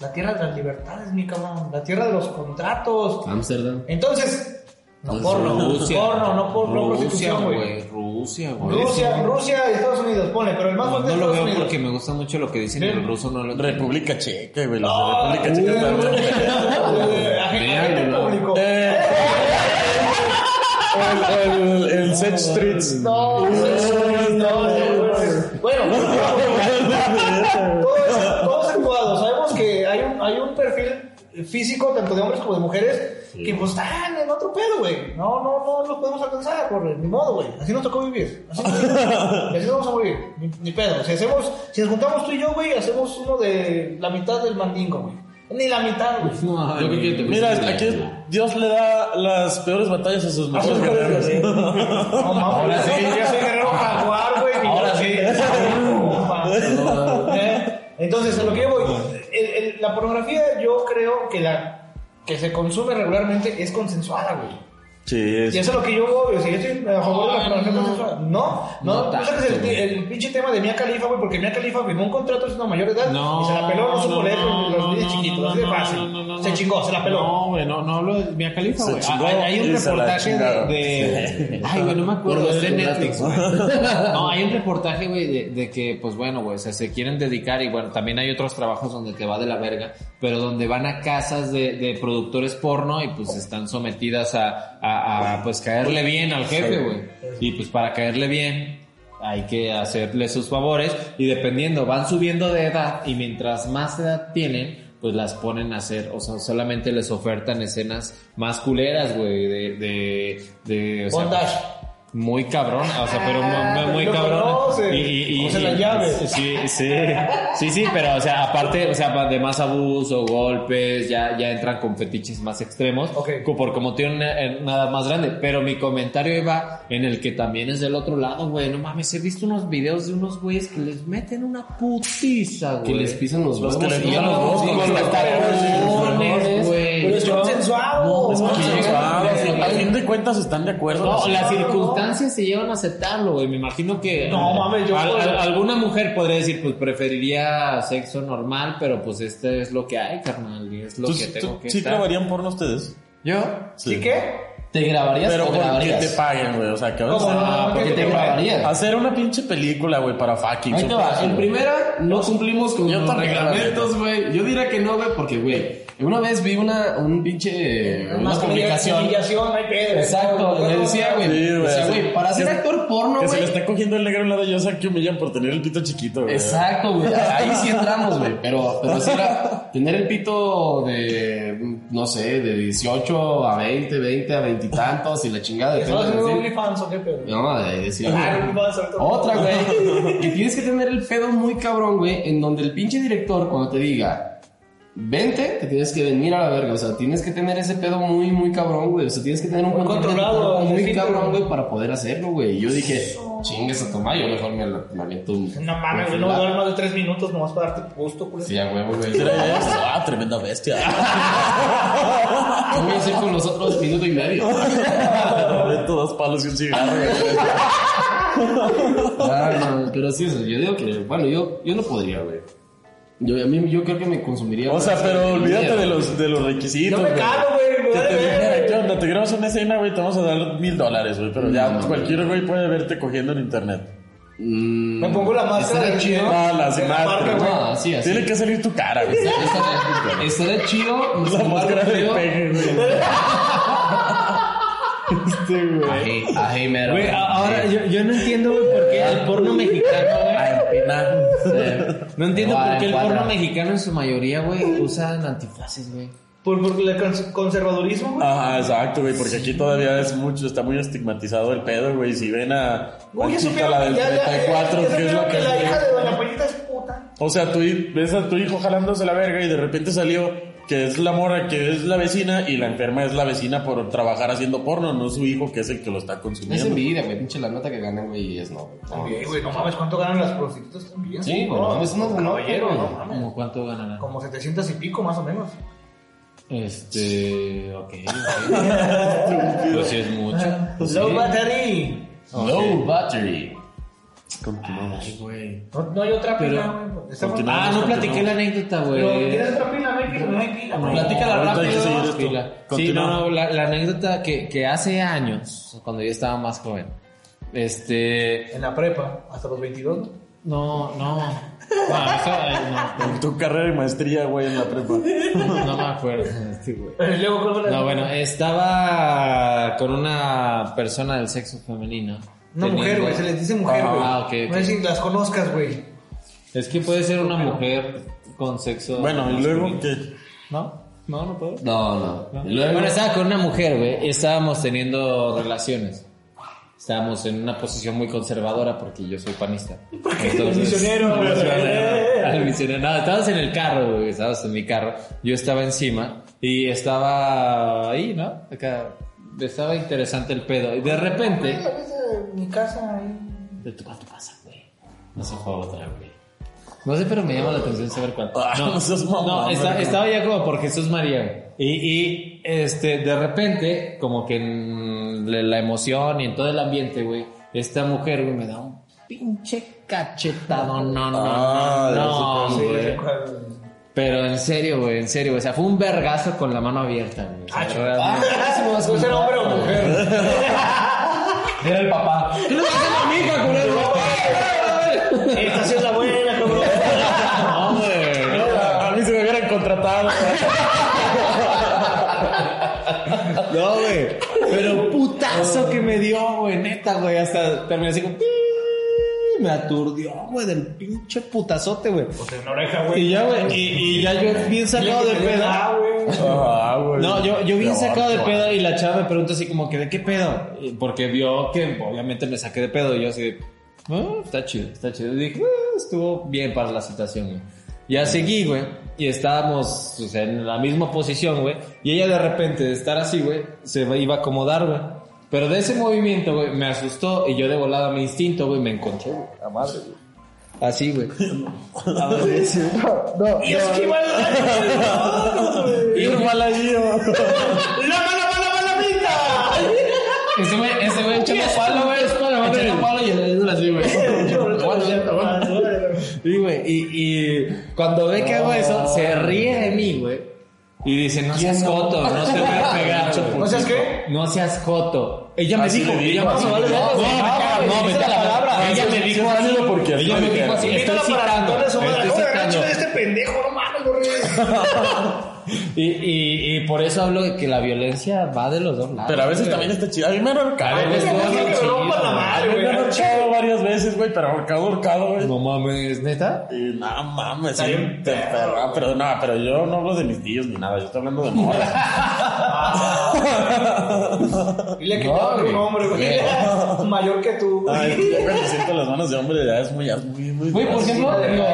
Speaker 3: La tierra de las libertades, mi cabrón. La tierra de los contratos.
Speaker 4: Amsterdam.
Speaker 3: Entonces, no
Speaker 4: Pues
Speaker 3: porno,
Speaker 2: Rusia.
Speaker 3: porno, no porno,
Speaker 2: Rusia,
Speaker 3: prostitución, güey.
Speaker 2: güey. Rusia, güey.
Speaker 3: Rusia, Rusia y Estados Unidos, pone, pero el más
Speaker 2: No,
Speaker 3: fuerte
Speaker 2: no
Speaker 3: es
Speaker 2: lo
Speaker 3: Estados
Speaker 2: veo
Speaker 3: Unidos.
Speaker 2: porque me gusta mucho lo que dicen
Speaker 3: Sí.
Speaker 2: en ruso. No lo
Speaker 1: República Checa, güey. Los de República Checa están bien
Speaker 3: Eh,
Speaker 2: Vean,
Speaker 3: agente
Speaker 2: ¿no?
Speaker 3: público.
Speaker 1: Eh, el, el, el Set Streets.
Speaker 3: No, Bueno, todos, todos actuados. Sabemos que hay un, hay un perfil físico, tanto de hombres como de mujeres, que pues están en otro pedo, güey. No, no, no los podemos alcanzar, por ni modo, güey. Así nos tocó vivir. Así, nos tocó. Y así vamos a morir. Ni, ni pedo. Si hacemos, si nos juntamos tú y yo, güey, hacemos uno de la mitad del mandingo, güey. Ni la mitad, güey.
Speaker 2: No,
Speaker 4: Yo creo que te
Speaker 1: Mira,
Speaker 4: gusta
Speaker 1: aquí
Speaker 4: el-
Speaker 1: Dios le da las peores batallas a sus
Speaker 3: Ah,
Speaker 1: mejores
Speaker 3: pues,
Speaker 1: guerreros.
Speaker 3: güey. No, mames,
Speaker 2: Ahora sí.
Speaker 3: yo soy guerrero jaguar, güey. mi
Speaker 2: Ahora
Speaker 3: yo-
Speaker 2: sí.
Speaker 3: Ufa. ¿Eh? Entonces, a lo que yo voy, el- el- la pornografía yo creo que la que se consume regularmente es consensuada, güey.
Speaker 1: Sí,
Speaker 3: Y eso es lo que yo voy, o sea, yo estoy a favor de la pornografía consensuada. No, no,
Speaker 2: No
Speaker 3: no saques el,
Speaker 2: tanto, güey.
Speaker 3: el pinche tema de Mia Khalifa, güey, porque Mia Khalifa firmó un contrato siendo mayor de edad
Speaker 2: No.
Speaker 3: y se la peló, no supo leer, güey,
Speaker 2: no,
Speaker 3: los niños
Speaker 2: no,
Speaker 3: chiquitos,
Speaker 2: no,
Speaker 3: así de
Speaker 2: no,
Speaker 3: fácil.
Speaker 2: no, no, no, no.
Speaker 3: Se
Speaker 2: no.
Speaker 3: chingó, se la peló.
Speaker 2: No, güey, no, no hablo de Mia Khalifa,
Speaker 1: Se
Speaker 2: güey. Ah,
Speaker 1: chingó
Speaker 2: Hay, hay un
Speaker 1: y se la
Speaker 2: reportaje de.
Speaker 1: chingaron.
Speaker 2: de- Ay, güey, no me acuerdo.
Speaker 4: Por
Speaker 2: Es de
Speaker 4: los
Speaker 2: Netflix, güey. No, hay un reportaje, güey, de, de que, pues bueno, güey, o sea, se quieren dedicar y bueno, también hay otros trabajos donde te va de la verga, pero donde van a casas de, de productores porno y pues están sometidas a, a, a, pues caerle bien al jefe, güey. Y pues para caerle bien hay que hacerle sus favores y dependiendo, van subiendo de edad y mientras más edad tienen, pues las ponen a hacer, o sea, solamente les ofertan escenas más culeras, güey, de, de, de, o sea,
Speaker 3: Bondage.
Speaker 2: muy cabrón, o sea, pero
Speaker 3: Ah,
Speaker 2: muy, muy
Speaker 3: lo
Speaker 2: cabrón.
Speaker 3: conoce.
Speaker 2: Y, y, y-
Speaker 3: Usa
Speaker 2: y-
Speaker 3: las llaves.
Speaker 2: Sí, sí, sí, sí, pero o sea, aparte, o sea, además abuso, golpes, ya, ya entran con fetiches más extremos,
Speaker 3: Ok.
Speaker 2: co- por como tienen eh, nada más grande. Pero mi comentario iba en el que también es del otro lado, güey. No mames, he visto unos videos de unos güeyes que les meten una putiza,
Speaker 4: Que
Speaker 2: güey.
Speaker 4: les pisan los
Speaker 1: Los que
Speaker 4: huevos.
Speaker 1: les
Speaker 4: y
Speaker 1: pisan
Speaker 4: ya
Speaker 1: los
Speaker 4: no-
Speaker 1: huevos
Speaker 4: sí,
Speaker 1: con
Speaker 4: sí,
Speaker 1: los
Speaker 4: sí,
Speaker 1: tacones.
Speaker 4: sí, sí, sí.
Speaker 2: Cabrones, güey.
Speaker 3: Pero es
Speaker 2: No,
Speaker 3: consensuado.
Speaker 2: es que-
Speaker 1: Ah, o sea,
Speaker 2: güey.
Speaker 1: Al fin de cuentas están de acuerdo.
Speaker 2: No,
Speaker 1: ¿no?
Speaker 2: las
Speaker 3: no,
Speaker 2: circunstancias se llevan a aceptarlo, güey. Me imagino que.
Speaker 3: No, mames, yo-
Speaker 2: al- al- alguna mujer podría decir, pues preferiría sexo normal, pero pues este es lo que hay, carnal. Y es lo
Speaker 1: ¿Tú-
Speaker 2: que
Speaker 1: tú-
Speaker 2: tengo que
Speaker 1: ¿Sí
Speaker 2: estar.
Speaker 1: grabarían porno ustedes?
Speaker 2: Yo.
Speaker 3: ¿Sí qué?
Speaker 4: ¿Te grabarías
Speaker 1: Pero
Speaker 4: o
Speaker 1: porque
Speaker 4: grabarías?
Speaker 1: te paguen, güey. O sea, que a
Speaker 3: ¿Cómo?
Speaker 1: veces-
Speaker 2: Ah,
Speaker 4: Porque te grabarías.
Speaker 1: Hacer una pinche película, güey, para fucking.
Speaker 4: Ahí te va. En primera, no cumplimos con
Speaker 1: Yo
Speaker 4: los
Speaker 1: también,
Speaker 4: reglamentos, güey. Yo diría que no, güey, porque, güey, una vez vi una, un pinche, una
Speaker 3: Más
Speaker 4: publicación.
Speaker 3: humillación, no hay pedo.
Speaker 4: Exacto, le decía, güey.
Speaker 1: Sí, güey,
Speaker 4: decía,
Speaker 1: así-
Speaker 4: güey, para ser
Speaker 1: que-
Speaker 4: actor porno,
Speaker 1: Que
Speaker 4: güey.
Speaker 1: se le está cogiendo el negro a un lado y yo sé que humillan por tener el pito chiquito, güey.
Speaker 4: Exacto, güey. Ahí sí entramos, güey. Pero, pero sí era tener el pito de, no sé, de 18 a 20, 20 a 20 y tantos y la chingada.
Speaker 3: ¿Eso
Speaker 4: depende
Speaker 3: es un
Speaker 4: de-
Speaker 3: OnlyFans o qué pedo?
Speaker 4: No, ahí decía.
Speaker 3: Ah, OnlyFans, ahorita-
Speaker 4: Otra, güey. Y tienes que tener el pedo muy cabrón, güey, en donde el pinche director, cuando te diga, vente, te tienes que venir a la verga. O sea, tienes que tener ese pedo muy, muy cabrón, güey. O sea, tienes que tener un
Speaker 3: Muy
Speaker 4: control de tu
Speaker 3: controlado,
Speaker 4: cuerpo muy
Speaker 3: necesito.
Speaker 4: cabrón, güey, para poder hacerlo, güey. Y yo dije, chingas a tomar, yo mejor me la me aviento un-
Speaker 3: No mames,
Speaker 4: un
Speaker 3: yo no voy a
Speaker 4: fila".
Speaker 3: durar más de tres minutos nomás para darte gusto, pues. culo.
Speaker 4: Sí, a huevo, güey. ¿Qué voy
Speaker 1: Tres. Ah, tremenda bestia.
Speaker 4: a hacer con los otros minuto y medio?
Speaker 1: Meto dos palos y un cigarro. güey.
Speaker 4: Ah, no, pero sí, eso, yo digo que, bueno, yo, yo no podría, güey. Yo, a mí, yo creo que me consumiría.
Speaker 1: O sea,
Speaker 4: más
Speaker 1: pero
Speaker 4: el
Speaker 1: olvídate
Speaker 4: miedo.
Speaker 1: de los, de los requisitos.
Speaker 3: Yo me
Speaker 1: güey.
Speaker 3: cago, güey, me
Speaker 1: Que
Speaker 3: vale
Speaker 1: te
Speaker 3: verga.
Speaker 1: digan, ¿qué onda? Te grabas una escena, güey, te vamos a dar mil dólares, güey. Pero ya pues,
Speaker 4: No, no,
Speaker 1: cualquier güey puede verte cogiendo en internet.
Speaker 4: Mm,
Speaker 3: Me pongo la máscara de chino.
Speaker 1: Ah, las
Speaker 3: De la
Speaker 1: imágenes,
Speaker 3: marca, güey.
Speaker 4: No, así, así.
Speaker 1: Tiene que salir tu cara, güey.
Speaker 4: Estaría- Estaría chido.
Speaker 1: La
Speaker 4: masturbarme
Speaker 1: máscara de
Speaker 4: feo.
Speaker 1: peje, güey.
Speaker 2: Este, güey.
Speaker 4: Ají, ají, mero.
Speaker 2: Güey, a- ahora yo, yo no entiendo, güey, por qué el porno mexicano, güey.
Speaker 4: A empinar.
Speaker 2: No entiendo
Speaker 4: Cuadra,
Speaker 2: por qué el
Speaker 4: cuadra.
Speaker 2: porno mexicano en su mayoría, güey, usan antifaces, güey.
Speaker 3: Por, por el cons- conservadurismo, güey.
Speaker 1: Ajá, exacto, güey, porque aquí todavía es mucho, está muy estigmatizado el pedo, güey. Si ven a
Speaker 3: Uy,
Speaker 1: la
Speaker 3: ya
Speaker 1: chica,
Speaker 3: supieron
Speaker 1: la del
Speaker 3: ya- ya-
Speaker 1: 34,
Speaker 3: ya
Speaker 1: que es la
Speaker 3: supieron
Speaker 1: que...
Speaker 3: la hija de Doña Peñita es puta.
Speaker 1: O sea, tú hi- ves a tu hijo jalándose la verga y de repente salió que es la mora, que es la vecina y la enferma es la vecina por trabajar haciendo porno, no su hijo que es el que lo está
Speaker 4: Es
Speaker 1: consumiendo.
Speaker 4: envidia, güey. Pinche la nota que ganan, güey. Y es no. güey.
Speaker 3: También, güey, no mames, ¿cuánto ganan las prostitutas también?
Speaker 4: Sí, güey, no mames, unos
Speaker 3: caballero,
Speaker 4: güey.
Speaker 3: no mames.
Speaker 2: ¿Cómo cuánto ganarán?
Speaker 3: Como 700 y pico, más o menos.
Speaker 2: Este, ok. pues sí es mucho.
Speaker 3: Low battery.
Speaker 4: Low battery.
Speaker 1: Continuamos.
Speaker 3: No, no hay otra
Speaker 2: Pero-
Speaker 3: pila, güey. Estamos-
Speaker 1: Continúa.
Speaker 2: Ah, no platiqué la anécdota, güey.
Speaker 3: Pero, ¿Tienes otra pila? No hay pila, no hay pila, güey.
Speaker 4: Platícala
Speaker 1: Ahorita hay que
Speaker 4: rápido.
Speaker 1: seguir esto.
Speaker 2: Pila. Sí,
Speaker 1: Continúa.
Speaker 2: no, no, la, la anécdota que, que hace años, cuando yo estaba más joven, este,
Speaker 3: En la prepa, hasta los 22, ¿no?
Speaker 2: no, no, no, eso, eh,
Speaker 1: Tu carrera y maestría, güey, en la prepa.
Speaker 2: no, no me acuerdo, Sí, güey.
Speaker 3: Pero luego, ¿cuál fue la-
Speaker 2: No, bueno, estaba con una persona del sexo femenino.
Speaker 3: Una mujer,
Speaker 2: Teniendo-
Speaker 3: güey, se les dice mujer,
Speaker 2: Ah,
Speaker 3: güey.
Speaker 2: ah, ok, ok.
Speaker 3: No es si las conozcas, güey.
Speaker 2: Es que puede ser una mujer con sexo.
Speaker 1: Bueno, y luego
Speaker 2: masculino.
Speaker 1: que...
Speaker 2: No, no, no puedo.
Speaker 4: No, no. Luego,
Speaker 2: Bueno, estaba con una mujer, güey. Estábamos teniendo relaciones. Estábamos en una posición muy conservadora porque yo soy panista. Entonces,
Speaker 3: misionero, güey.
Speaker 2: misionero. Al misionero. No, estábamos en el carro, güey. Estábamos en mi carro. Yo estaba encima y estaba ahí, ¿no? Acá. Estaba interesante el pedo. Y de repente.
Speaker 3: La mesa de mi casa, ahí.
Speaker 2: ¿De tu cuánto pasa, güey? No se fue otra, güey. No sé, pero me llama la atención saber cuánto.
Speaker 1: Ah,
Speaker 2: No,
Speaker 1: no seas mamón,
Speaker 2: no, esta-
Speaker 1: güey.
Speaker 2: estaba ya como por Jesús María. güey. Y, y este, de repente, como que en le- la emoción y en todo el ambiente, güey, esta mujer, güey, me da un pinche cachetado. No, no, no,
Speaker 1: Ah,
Speaker 2: no,
Speaker 1: ya sé
Speaker 3: Sí,
Speaker 2: güey.
Speaker 3: recuerdo.
Speaker 2: Pero en en serio, güey, en serio. güey. O sea, fue un vergazo con la mano abierta, güey. O sea,
Speaker 3: Ah,
Speaker 2: realmente-
Speaker 3: chingada. ¿Pues era hombre o mujer?
Speaker 2: Era el papá. ¡No
Speaker 3: Esta sí es la buena, cabrón.
Speaker 2: güey!
Speaker 1: A mí se me hubieran contratado.
Speaker 2: No, güey. Pero putazo que me dio, güey, neta, güey. Hasta terminé así como... Me aturdió, güey, del pinche putazote, güey.
Speaker 3: Pues una oreja,
Speaker 2: Y
Speaker 3: güey.
Speaker 2: ya, güey, y, y ya yo bien sacado de peda.
Speaker 3: Ah, güey.
Speaker 1: Ah, güey.
Speaker 2: No, yo, yo bien
Speaker 1: No,
Speaker 2: sacado de
Speaker 1: no.
Speaker 2: pedo y la chava me pregunta así como que, ¿de qué pedo? Y Porque vio que obviamente me saqué de pedo y yo así de, "Ah, está chido, está chido. Y dije, "Ah, estuvo bien para la situación, güey. Ya seguí, güey, y estábamos o sea, en la misma posición, güey. Y ella de repente, de estar así, güey, se iba a acomodar, güey. Pero de ese movimiento, güey, me asustó y yo de volada mi instinto, güey, me encontré, güey, la madre, güey. Así, güey.
Speaker 3: Y es que igual.
Speaker 2: Y mal ahí, güey.
Speaker 3: ¡La mala, mala, mala pinta!
Speaker 2: Ese güey, ese güey echando palo, güey. Echando palo y haciéndole así, güey. Aguanta, aguanta. Y, güey, y, y cuando ve que hago eso, se ríe de mí, güey. Y dice, no seas joto, no te voy a pegar, güey.
Speaker 3: ¿No seas qué?
Speaker 2: No seas joto. Ella me
Speaker 1: Así
Speaker 2: dijo,
Speaker 1: le digo,
Speaker 2: ella me
Speaker 1: así
Speaker 2: dijo,
Speaker 1: le digo.
Speaker 2: no,
Speaker 1: No,
Speaker 2: me
Speaker 1: me caga,
Speaker 2: caga, no, me
Speaker 1: dice
Speaker 2: caga.
Speaker 1: la palabra.
Speaker 2: Ella
Speaker 1: Sí,
Speaker 2: me
Speaker 1: sí,
Speaker 2: dijo
Speaker 1: sí,
Speaker 2: así,
Speaker 1: sí, porque así
Speaker 2: ella me
Speaker 1: me
Speaker 2: dijo
Speaker 1: queda.
Speaker 2: así, estoy
Speaker 3: Invítala para
Speaker 2: citando,
Speaker 3: contarle a su madre.
Speaker 2: estoy
Speaker 3: ¡Joder, la
Speaker 2: citando.
Speaker 3: chica de este pendejo, no mames, güey!
Speaker 2: Y, y, y por eso hablo de que la violencia va de los dos lados.
Speaker 1: Pero a veces
Speaker 2: güey.
Speaker 1: también está chido. A mí me han ahorcado,
Speaker 2: A
Speaker 1: güey.
Speaker 2: veces
Speaker 1: Me
Speaker 2: no,
Speaker 3: que me
Speaker 2: chido,
Speaker 3: rompan la
Speaker 2: Ah, güey.
Speaker 3: madre, güey.
Speaker 1: han ahorcado varias veces, güey, pero ahorcado, ahorcado, güey.
Speaker 2: No mames, neta.
Speaker 1: Y no mames, sí, te perra, pero no, pero yo no hablo de mis tíos ni nada, yo estoy hablando de morras.
Speaker 3: Dile que
Speaker 2: No,
Speaker 3: te va a
Speaker 2: güey.
Speaker 3: un hombre, güey. Mayor que tú.
Speaker 1: Ay, ya cuando siento las manos de hombre ya es muy, ya es muy, muy.
Speaker 4: Güey, por
Speaker 1: muy-
Speaker 4: ejemplo, digo,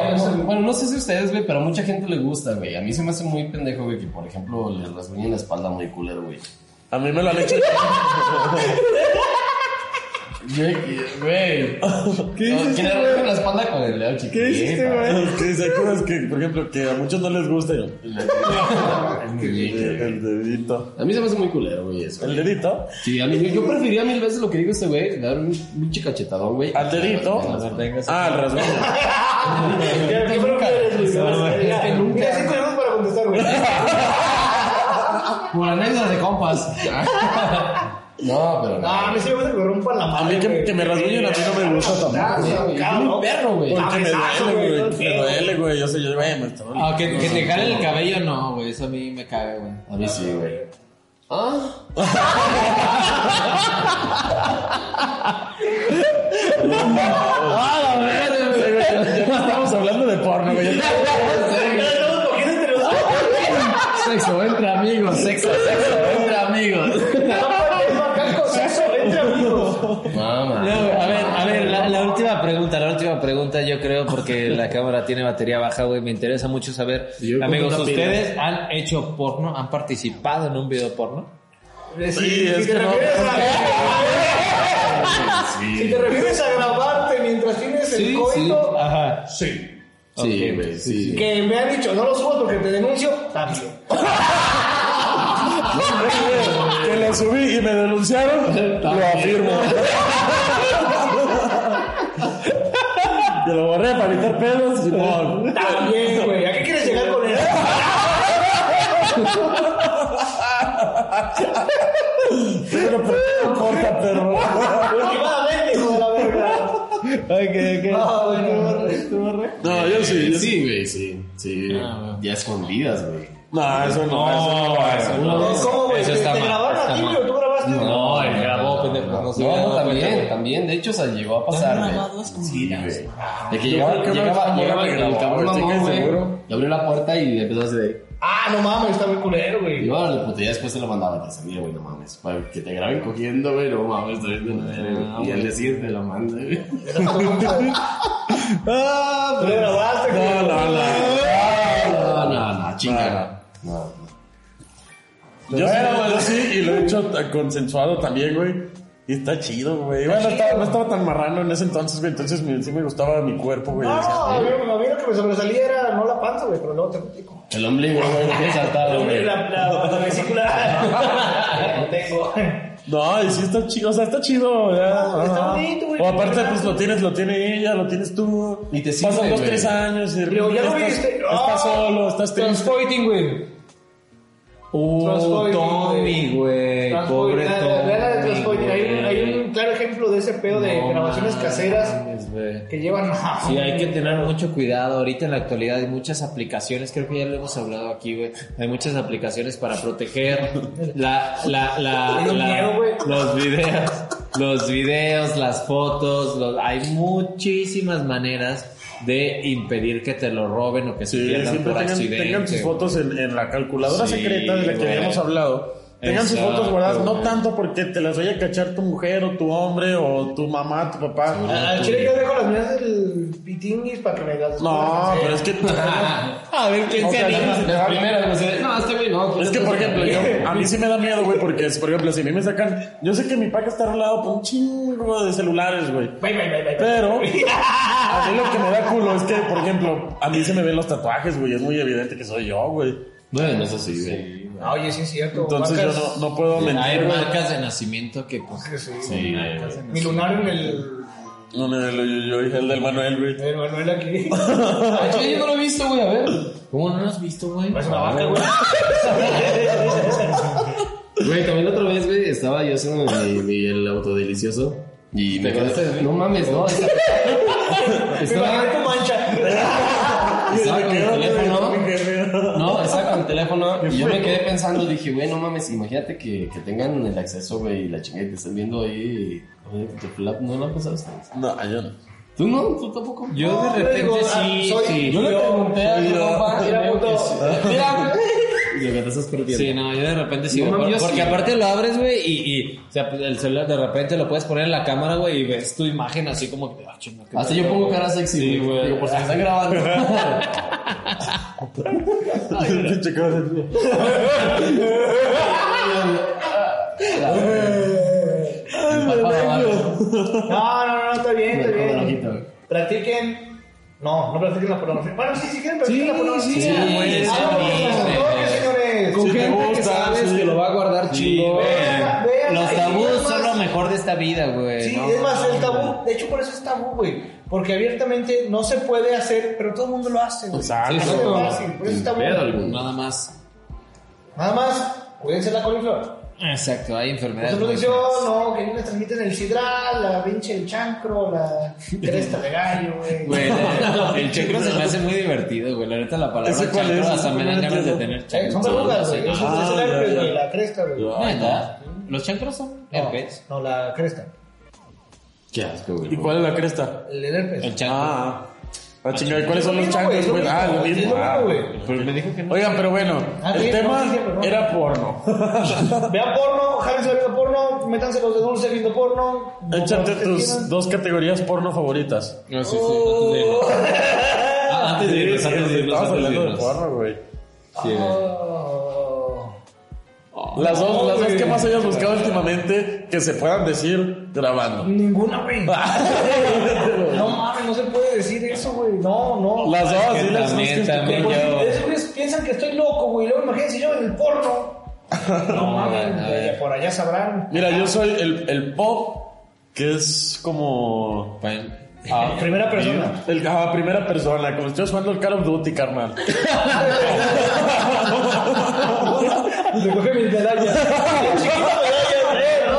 Speaker 4: bueno, no sé si ustedes, güey, pero a mucha gente le gusta, güey. A mí se me hace muy pendejo, güey, que por ejemplo le rasguñen la espalda muy culero, güey.
Speaker 1: A mí me lo han hecho.
Speaker 4: Güey, güey. ¿Qué dices? Que le rasguñen la espalda con el dedo chiquito. ¿Qué
Speaker 1: Sí, güey, es que dice cosas que, por ejemplo, que a muchos no les gusta. y- El dedito.
Speaker 4: A mí se me hace muy culero, güey, eso.
Speaker 1: ¿El dedito?
Speaker 4: Sí, a mí, yo preferiría mil veces lo que digo este güey, dar un pinche cachetadón, güey.
Speaker 1: ¿Al dedito?
Speaker 4: A ver, venga.
Speaker 1: Ah, el rasguño.
Speaker 3: ¿Qué qué fue lo que eres, güey? Mira, Mira, cinco minutos para contestar, güey.
Speaker 4: Por anécdotas de compas. No, pero no.
Speaker 3: Ah, a mí sí me gusta que me rompan la
Speaker 1: A
Speaker 3: madre.
Speaker 1: mí que,
Speaker 3: güey.
Speaker 1: que me rasguñen a mí no me gusta
Speaker 3: Ah,
Speaker 1: tampoco.
Speaker 3: sí, güey.
Speaker 4: Cabrón, perro, güey.
Speaker 1: Porque me
Speaker 3: besazo,
Speaker 1: duele,
Speaker 3: güey,
Speaker 1: güey. Me
Speaker 3: todo
Speaker 1: duele, güey. Yo sé, yo, güey, me está doliendo.
Speaker 2: Ah, que, que te jale el cabello, no, güey. Eso a mí me caga, güey.
Speaker 4: A mí sí, güey. Ah.
Speaker 1: Estamos hablando de porno, güey.
Speaker 3: Pero, ¿por qué no te lo-
Speaker 4: Sexo entre amigos, sexo, sexo entre amigos.
Speaker 3: Es macaco, sexo, entre amigos.
Speaker 4: Mamá.
Speaker 2: No, güey, a ver, a ver, la, la última pregunta, la última pregunta yo creo porque la cámara tiene batería baja, güey, me interesa mucho saber.
Speaker 4: Yo con
Speaker 2: Amigos,
Speaker 4: una pila.
Speaker 2: ¿ustedes han hecho porno? ¿Han participado en un video porno?
Speaker 3: Sí,
Speaker 1: Sí, es
Speaker 3: si te
Speaker 1: que no.
Speaker 3: refieres a... Si
Speaker 4: Sí,
Speaker 3: te refieres a grabarte mientras tienes el coito,
Speaker 2: Ajá.
Speaker 3: sí.
Speaker 4: sí, güey, sí.
Speaker 3: Que me han dicho, no lo subas porque te denuncio, también.
Speaker 1: Que lo subí y me denunciaron, lo afirmo. Que lo borré para evitar pedos, Simón.
Speaker 3: También, güey. ¿A qué quieres llegar con él?
Speaker 1: Pero ¿por qué no corta, perro.
Speaker 3: Últimamente, hijo de la verga. Ah, bueno.
Speaker 1: No, yo sí, yo
Speaker 4: Sí, güey, sí. Sí. Ya escondidas, güey.
Speaker 1: No, eso no, eso no. Eso no.
Speaker 3: ¿Cómo, güey?
Speaker 2: Eso
Speaker 3: ¿Te,
Speaker 2: está
Speaker 3: te
Speaker 2: mal,
Speaker 3: grabaron
Speaker 2: está
Speaker 3: a ti,
Speaker 2: mal.
Speaker 3: güey? o ¿Tú grabaste?
Speaker 2: No, él grabó, pendejo, no se
Speaker 4: No,
Speaker 2: hubiera
Speaker 4: no,
Speaker 2: dado cuenta,
Speaker 4: también,
Speaker 2: güey.
Speaker 4: también. De hecho, o sea, llegó a pasar, güey. Sí, güey. De que llegaba,
Speaker 1: creo que
Speaker 4: llegaba,
Speaker 1: me
Speaker 4: llegaba
Speaker 1: grabó,
Speaker 4: el cabrón este
Speaker 1: estoy
Speaker 4: mamón,
Speaker 1: casi
Speaker 4: güey.
Speaker 1: seguro.
Speaker 4: Le abrió la puerta y le empezó a hacer...
Speaker 3: Ah, no mames, está muy culero,
Speaker 4: Y
Speaker 3: güey.
Speaker 4: bueno, la putería después se lo mandaba a la salida, güey, no mames. Para que te graben cogiendo, güey, no mames. estoy de madre, Ah, güey. Y al decir te lo manda, güey.
Speaker 1: Ah,
Speaker 3: Tú le grabaste, güey.
Speaker 1: No, no, no.
Speaker 4: No, no, no, chinga. Ah, No, no.
Speaker 1: Yo sí, bueno, sí, y lo he hecho t- consensuado también, güey. Y está chido, güey. Bueno, estaba- no estaba tan marrano en ese entonces, güey. Entonces me- sí me gustaba mi cuerpo, güey.
Speaker 3: No,
Speaker 1: Decía,
Speaker 3: a mí, a mí lo que me sobresalía era no la panza, güey, pero luego te platico.
Speaker 4: El ombligo, güey, bien saltado, güey.
Speaker 3: La, la, la vesícula. no tengo.
Speaker 5: No, y sí está chido, o sea, está chido. ya,
Speaker 3: Ah, está
Speaker 5: ajá.
Speaker 3: bonito, güey.
Speaker 5: O aparte, pues lo tienes, lo tiene ella, lo tienes tú.
Speaker 4: Y te sirve,
Speaker 5: Pasan dos,
Speaker 4: güey.
Speaker 5: tres años y de
Speaker 3: Pero ya
Speaker 5: repente
Speaker 3: lo
Speaker 5: estás,
Speaker 3: viste.
Speaker 5: estás
Speaker 3: Ah.
Speaker 5: solo, estás triste.
Speaker 2: Transpoiting, güey. Oh,
Speaker 3: Transpoiting,
Speaker 2: Uh, Tommy, güey. Pobre
Speaker 3: Transpoiting, la- la- la de
Speaker 2: Tommy.
Speaker 3: Transpoiting. Hay un, hay
Speaker 2: güey.
Speaker 3: un claro ejemplo de ese pedo de
Speaker 2: No
Speaker 3: grabaciones
Speaker 2: mames,
Speaker 3: caseras
Speaker 2: güey.
Speaker 3: que llevan a.
Speaker 2: Sí, hay que tener mucho cuidado. Ahorita en la actualidad hay muchas aplicaciones, creo que ya lo hemos hablado aquí, güey. Hay muchas aplicaciones para proteger la, la, la,
Speaker 3: Me dio
Speaker 2: la-
Speaker 3: miedo, güey.
Speaker 2: los videos, los videos, las fotos. los- hay muchísimas maneras de impedir que te lo roben o que se
Speaker 1: Sí,
Speaker 2: pierdan
Speaker 1: siempre
Speaker 2: por
Speaker 1: tengan,
Speaker 2: accidente.
Speaker 1: tengan sus
Speaker 2: güey.
Speaker 1: fotos en, en la calculadora
Speaker 2: Sí,
Speaker 1: secreta de la que
Speaker 2: güey.
Speaker 1: habíamos hablado. Tengan sus
Speaker 2: Exacto,
Speaker 1: fotos guardadas, no
Speaker 2: güey.
Speaker 1: tanto porque te las vaya a cachar tu mujer o tu hombre o tu mamá, tu papá.
Speaker 2: Ah,
Speaker 3: Al chile yo dejo las mías del pitinguis para que me las.
Speaker 1: No,
Speaker 3: Sí.
Speaker 1: pero es que
Speaker 2: A ver quién se anima.
Speaker 4: La primera, no sé, no, este güey no.
Speaker 1: Es que, por ejemplo, yo- a mí sí me da miedo, güey, porque, es, por ejemplo, si a mí me sacan... Yo sé que mi pack está rolado por un chingo de celulares, güey.
Speaker 3: Bye, bye, bye, bye.
Speaker 1: Pero a mí lo que me da culo es que, por ejemplo, a mí se me ven los tatuajes, güey. Es muy evidente que soy yo, güey.
Speaker 4: Bueno, eso sí, güey.
Speaker 3: No, Ah, Oye, sí es cierto.
Speaker 1: Entonces yo
Speaker 3: marcas-
Speaker 1: no, no puedo
Speaker 2: Hay
Speaker 1: mentir, güey.
Speaker 2: marcas de nacimiento que pues,
Speaker 3: Sí, sí.
Speaker 4: Sí, güey.
Speaker 3: Mi lunar en el.
Speaker 1: No, no, yo, yo- yo dije el del Manuel, güey.
Speaker 3: El Manuel aquí.
Speaker 4: Ah, chile, yo no lo he visto, güey, a ver.
Speaker 2: ¿Cómo no lo has visto, güey?
Speaker 3: Parece una vaca, güey.
Speaker 4: Güey, también la otra vez, güey, estaba yo haciendo mi, mi el autodelicioso. Y me
Speaker 2: ¿Te acordaste de
Speaker 4: quedé.
Speaker 2: mí?
Speaker 4: No mames, no. esta-
Speaker 3: Me
Speaker 4: Estaba,
Speaker 3: imaginé tu mancha.
Speaker 1: Ah,
Speaker 4: estaba con el teléfono.
Speaker 1: Pero
Speaker 4: No, estaba con el teléfono. Y yo me quedé pensando, dije, güey, no mames, imagínate que, que tengan el acceso, güey, y la chingada y te están viendo ahí. Oye, tu flap, ¿no lo han pensado ustedes?
Speaker 1: No, ah, yo no.
Speaker 4: ¿Tú no? ¿Tú tampoco?
Speaker 2: Yo de
Speaker 3: No, yo
Speaker 2: repente
Speaker 3: digo, ah,
Speaker 2: sí,
Speaker 3: soy-
Speaker 2: sí.
Speaker 4: Yo le pregunté a mi
Speaker 1: yo-
Speaker 4: compa y
Speaker 3: mira,
Speaker 4: veo
Speaker 3: puto.
Speaker 4: que sí. Mira, güey. Y lo que te estás perdiendo.
Speaker 2: Sí, no, yo de repente sí.
Speaker 4: No,
Speaker 2: güey,
Speaker 4: mami,
Speaker 2: por-
Speaker 4: yo
Speaker 2: porque
Speaker 4: sí,
Speaker 2: aparte lo abres, güey, y, y o sea, el celular de repente lo puedes poner en la cámara, güey, y ves tu imagen así como que, ah, chinga, qué
Speaker 4: Hasta
Speaker 2: pedo,
Speaker 4: yo pongo
Speaker 2: güey.
Speaker 4: cara sexy,
Speaker 2: Sí,
Speaker 4: güey.
Speaker 2: güey.
Speaker 4: Digo, por si me están grabando.
Speaker 1: Pinche cara de-
Speaker 3: No, no, no, está bien, está
Speaker 4: Me acabo de
Speaker 3: bien.
Speaker 4: la ojito.
Speaker 3: Practiquen. No, no practiquen la pornografía. Bueno, sí, si quieren practiquen la pornografía.
Speaker 2: sí,
Speaker 3: Ah,
Speaker 2: sí,
Speaker 3: bueno,
Speaker 2: sí,
Speaker 3: háganlo
Speaker 2: sí,
Speaker 3: con sus
Speaker 2: sí.
Speaker 3: toques, señores.
Speaker 2: Con
Speaker 1: Si te
Speaker 2: gente que
Speaker 1: gusta,
Speaker 2: sabes
Speaker 1: sí.
Speaker 2: que lo va a guardar chingón.
Speaker 3: vean, vean,
Speaker 2: Los
Speaker 3: hay
Speaker 2: tabús
Speaker 3: temas.
Speaker 2: son lo mejor de esta vida, güey.
Speaker 3: Sí,
Speaker 2: ¿no?
Speaker 3: es más, el tabú. De hecho, por eso es tabú, güey. Porque abiertamente no se puede hacer, pero todo el mundo lo hace, güey.
Speaker 1: Exacto.
Speaker 3: Todo el mundo lo hace, Por eso es tabú.
Speaker 4: Sin pedo alguno.
Speaker 2: Nada más.
Speaker 3: Nada más, cuídense la coliflor.
Speaker 2: Exacto, hay enfermedades.
Speaker 3: Esa
Speaker 2: muy
Speaker 3: Eh. Pues, protección,
Speaker 2: feas.
Speaker 3: no, que no les transmiten el sidral, la pinche el chancro, la cresta de gallo, güey.
Speaker 2: Güey, el- el chancro se me hace muy divertido, güey. La neta, la palabra
Speaker 1: ¿Ese cuál
Speaker 2: chancro
Speaker 1: es?
Speaker 2: hasta
Speaker 1: ¿Ese
Speaker 2: me
Speaker 1: cuál
Speaker 2: dan
Speaker 1: es?
Speaker 2: ganas de tener
Speaker 3: Eh,
Speaker 2: chancro.
Speaker 3: son verrugas,
Speaker 2: Sí,
Speaker 3: güey. Eso
Speaker 1: Ah,
Speaker 3: es el herpes,
Speaker 1: ya,
Speaker 3: güey,
Speaker 1: ya.
Speaker 3: la cresta, güey.
Speaker 1: Ya.
Speaker 2: ¿Neta? ¿Los chancros son
Speaker 3: No,
Speaker 2: herpes?
Speaker 3: No, la cresta.
Speaker 4: Qué asco, güey.
Speaker 1: ¿Y cuál es la cresta?
Speaker 3: El herpes.
Speaker 2: El chancro.
Speaker 1: Ah. La chingada, ¿y cuáles son los
Speaker 3: Es lo mismo,
Speaker 1: changos, güey?
Speaker 3: güey,
Speaker 1: Ah,
Speaker 3: es lo
Speaker 1: lo
Speaker 3: mismo,
Speaker 1: mismo.
Speaker 3: es lo
Speaker 1: Ah,
Speaker 3: mismo, güey.
Speaker 1: pero-
Speaker 2: me dijo que no.
Speaker 1: Oigan, pero bueno,
Speaker 3: Ah, sí,
Speaker 1: el
Speaker 3: no,
Speaker 1: tema
Speaker 3: sí, sí, perdón.
Speaker 1: era porno.
Speaker 3: Vean porno, jálense viendo porno, métanse los de dulce viendo porno.
Speaker 1: Échate
Speaker 3: Ustedes
Speaker 1: tus
Speaker 3: quieran.
Speaker 1: dos categorías porno favoritas.
Speaker 2: No, sí, sí. Antes de irnos. Ah, antes de irnos, antes de irnos,
Speaker 1: Estamos
Speaker 2: antes de
Speaker 1: hablando de
Speaker 2: irnos.
Speaker 1: porno, güey.
Speaker 3: Oh.
Speaker 1: Las dos,
Speaker 3: No,
Speaker 1: las dos
Speaker 3: güey.
Speaker 1: que más hayas buscado últimamente que se puedan decir grabando.
Speaker 3: Ninguna, güey.
Speaker 2: Ah.
Speaker 3: No mames, no se puede decir eso, güey. No, no.
Speaker 1: Las dos,
Speaker 2: que
Speaker 1: sí, las dos.
Speaker 2: también,
Speaker 1: que-
Speaker 2: también.
Speaker 3: Porque
Speaker 2: yo-
Speaker 3: esos güeyes piensan que estoy loco, güey. Luego imagínense yo en el porno. No mames,
Speaker 2: güey, a
Speaker 3: güey,
Speaker 2: ver.
Speaker 3: por allá sabrán.
Speaker 1: Mira, yo soy el, el pop, que es como.
Speaker 2: Bueno,
Speaker 1: ah,
Speaker 3: Primera persona.
Speaker 1: el, ah, primera persona, como si estuvieras jugando el Call of Duty, carnal.
Speaker 3: Recoge mis medallas. Chiquito medallas,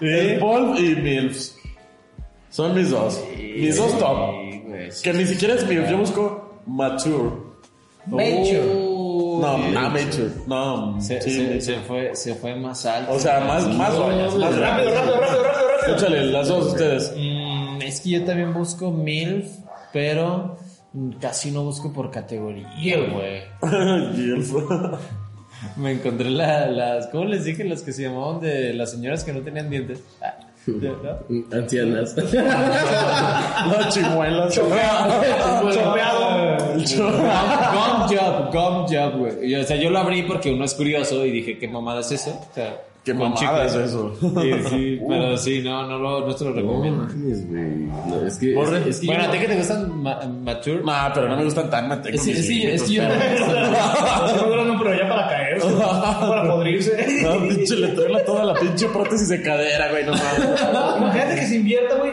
Speaker 3: eh,
Speaker 1: El pop y MILFs. Son mis dos. Mis dos top.
Speaker 2: sí, güey, sí.
Speaker 1: Que ni siquiera es MILF, yo busco mature.
Speaker 3: ¿no? Mature.
Speaker 2: Uh,
Speaker 1: No, amateur. No,
Speaker 2: Se,
Speaker 1: sí,
Speaker 2: se-
Speaker 1: sí.
Speaker 2: se fue, se fue más alto.
Speaker 1: O sea, más, más rayas, más
Speaker 3: Rápido,
Speaker 1: rayas.
Speaker 3: rápido, rápido, rápido, rápido.
Speaker 1: Échale, las dos ustedes.
Speaker 2: Mm, es que yo también busco MILF, pero mm, casi no busco por categoría, güey.
Speaker 1: Milf.
Speaker 2: Me encontré la- las, ¿cómo les dije? Las que se llamaban de las señoras que no tenían dientes. Ah, ¿no?
Speaker 4: Ancianas.
Speaker 1: No, chimuelas.
Speaker 3: Chopeado.
Speaker 2: Gum gum job, gum job, güey. Y, O sea, yo lo abrí porque uno es curioso y dije, ¿qué mamada es eso? O sea,
Speaker 1: Qué mamada es eso.
Speaker 2: Sí, sí, pero sí, no, no, lo, no te lo recomiendo.
Speaker 4: mames, güey. No, es que.
Speaker 1: Oh. Borre.
Speaker 4: Es, es que
Speaker 2: bueno,
Speaker 4: yo-
Speaker 2: a ti que te gustan ma- mature.
Speaker 1: Nah, pero no me gustan tan mate.
Speaker 4: Es, es, que- es que yo.
Speaker 3: No duran un pero ya para caer, para podrirse.
Speaker 1: No, pinche, le traerla toda la pinche prótesis de cadera, güey, no mames.
Speaker 3: Imagínate que se invierta, güey.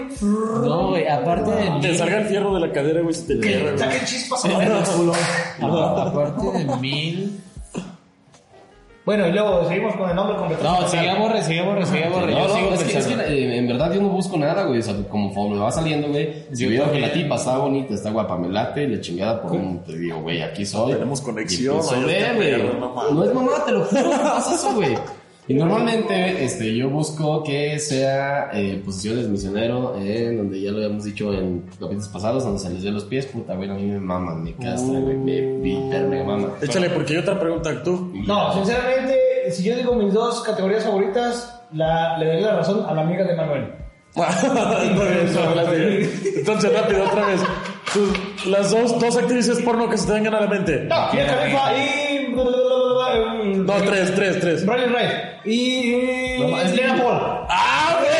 Speaker 2: No, güey, aparte de mí.
Speaker 1: Te salga el fierro de la cadera, güey, si te
Speaker 3: Que
Speaker 1: cierra, güey.
Speaker 3: saque chispas en el culo.
Speaker 2: apar- Aparte de mí.
Speaker 3: Bueno, y luego seguimos con el nombre completo.
Speaker 2: No, sigue aborre, sigue aborre, sigue aborre.
Speaker 4: No,
Speaker 2: Yo
Speaker 4: no,
Speaker 2: sigo
Speaker 4: es que, es que
Speaker 2: pensando.
Speaker 4: eh, en verdad yo no busco nada, güey. O sea, como me va saliendo, güey. Si
Speaker 2: Yo
Speaker 4: veo que
Speaker 2: también.
Speaker 4: la tipa está bonita, está guapa, me late, la chingada por un. Te digo, güey, aquí soy.
Speaker 1: Tenemos conexión,
Speaker 4: Y empiezo
Speaker 1: ahí
Speaker 4: a ver,
Speaker 1: está,
Speaker 4: güey.
Speaker 1: perro, no mames.
Speaker 4: No es mamá, te lo juro, no pasa eso, güey. Y normalmente, este, yo busco que sea eh, posiciones misionero, en donde ya lo habíamos dicho en capítulos pasados, donde se les dio los pies, puta, güey, a mí me mama, me castra, güey,
Speaker 2: Oh.
Speaker 4: me pita, me mama.
Speaker 1: Échale, porque hay otra pregunta, tú.
Speaker 3: No, sinceramente, si yo digo mis dos categorías favoritas, la, le doy la razón a la amiga de Manuel.
Speaker 1: Entonces, rápido, otra vez. Tus- las dos, dos actrices porno que se te vengan a la mente.
Speaker 3: No, Mia Khalifa y.
Speaker 1: No,
Speaker 3: No,
Speaker 1: tres, tres, tres.
Speaker 3: Brian Wright. Y.
Speaker 4: No, es-
Speaker 3: Lena Paul.
Speaker 1: ¡Ah, güey!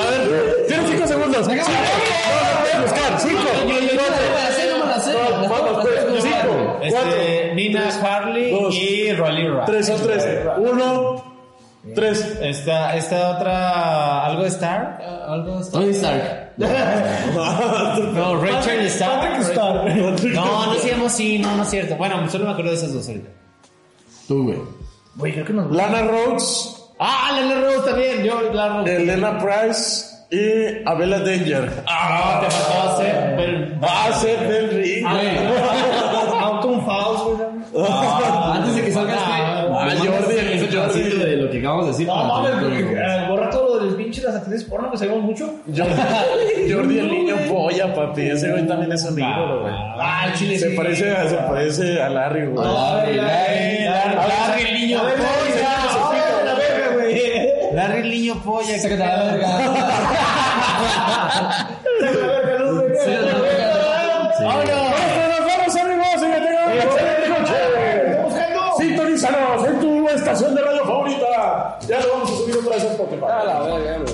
Speaker 1: A ver, tienes cinco segundos. Cinco. No, no puedes buscar. Cinco. No, vamos, pues, cinco, cuatro,
Speaker 6: Este, Nina Harley
Speaker 1: dos,
Speaker 6: y Rolly Rock.
Speaker 1: tres, son tres. Uno, tres.
Speaker 6: Esta, esta otra, algo Star, eh, algo Stark?
Speaker 4: Tony Stark.
Speaker 6: No, Richard Stark.
Speaker 3: Patrick Star.
Speaker 6: No, no es cierto, sí, no, no es cierto. Bueno, solo me acuerdo de esas dos ahorita.
Speaker 4: Tú, güey.
Speaker 3: Güey, creo que nos.
Speaker 1: Lana Rhodes,
Speaker 6: Ah, Lana Rose también, yo la Rose.
Speaker 1: Elena Price y Abela Danger.
Speaker 6: Ah, te faltó hacer, pero
Speaker 1: Va a ser del ring.
Speaker 2: Ah.
Speaker 3: Autumn Falls, güey.
Speaker 4: Antes de que salga este.
Speaker 6: Ah,
Speaker 4: me mandas
Speaker 1: Jordi,
Speaker 4: el
Speaker 1: el Jordi.
Speaker 4: pedacito de lo que acabamos de decir.
Speaker 3: No
Speaker 4: para
Speaker 3: mames,
Speaker 4: tu-
Speaker 3: porque, eh, borra todo lo del pinche las actrices porno que sabemos mucho.
Speaker 1: Jordi, Jordi el niño polla, papi. Ese güey también es un ídolo, güey.
Speaker 3: Ah, el chile.
Speaker 1: Se
Speaker 3: sí.
Speaker 1: parece, a- se parece a Larry, güey.
Speaker 4: Larry,
Speaker 3: Larry,
Speaker 6: Larry, Larry, el niño
Speaker 3: A ver,
Speaker 6: polla.
Speaker 3: Larry, Larry, la verga, güey.
Speaker 6: Larry el niño polla.
Speaker 4: Sácate la verga.
Speaker 3: Saca la verga, Luz, güey.
Speaker 4: Sí.
Speaker 1: ¡Vamos, vamos, amigos! ¡Y que tengan una excelente noche!
Speaker 3: Estamos buscando.
Speaker 1: Sintonízanos en tu estación de radio favorita. Ya lo vamos a subir otra vez a Spotify.
Speaker 4: A la verga, güey.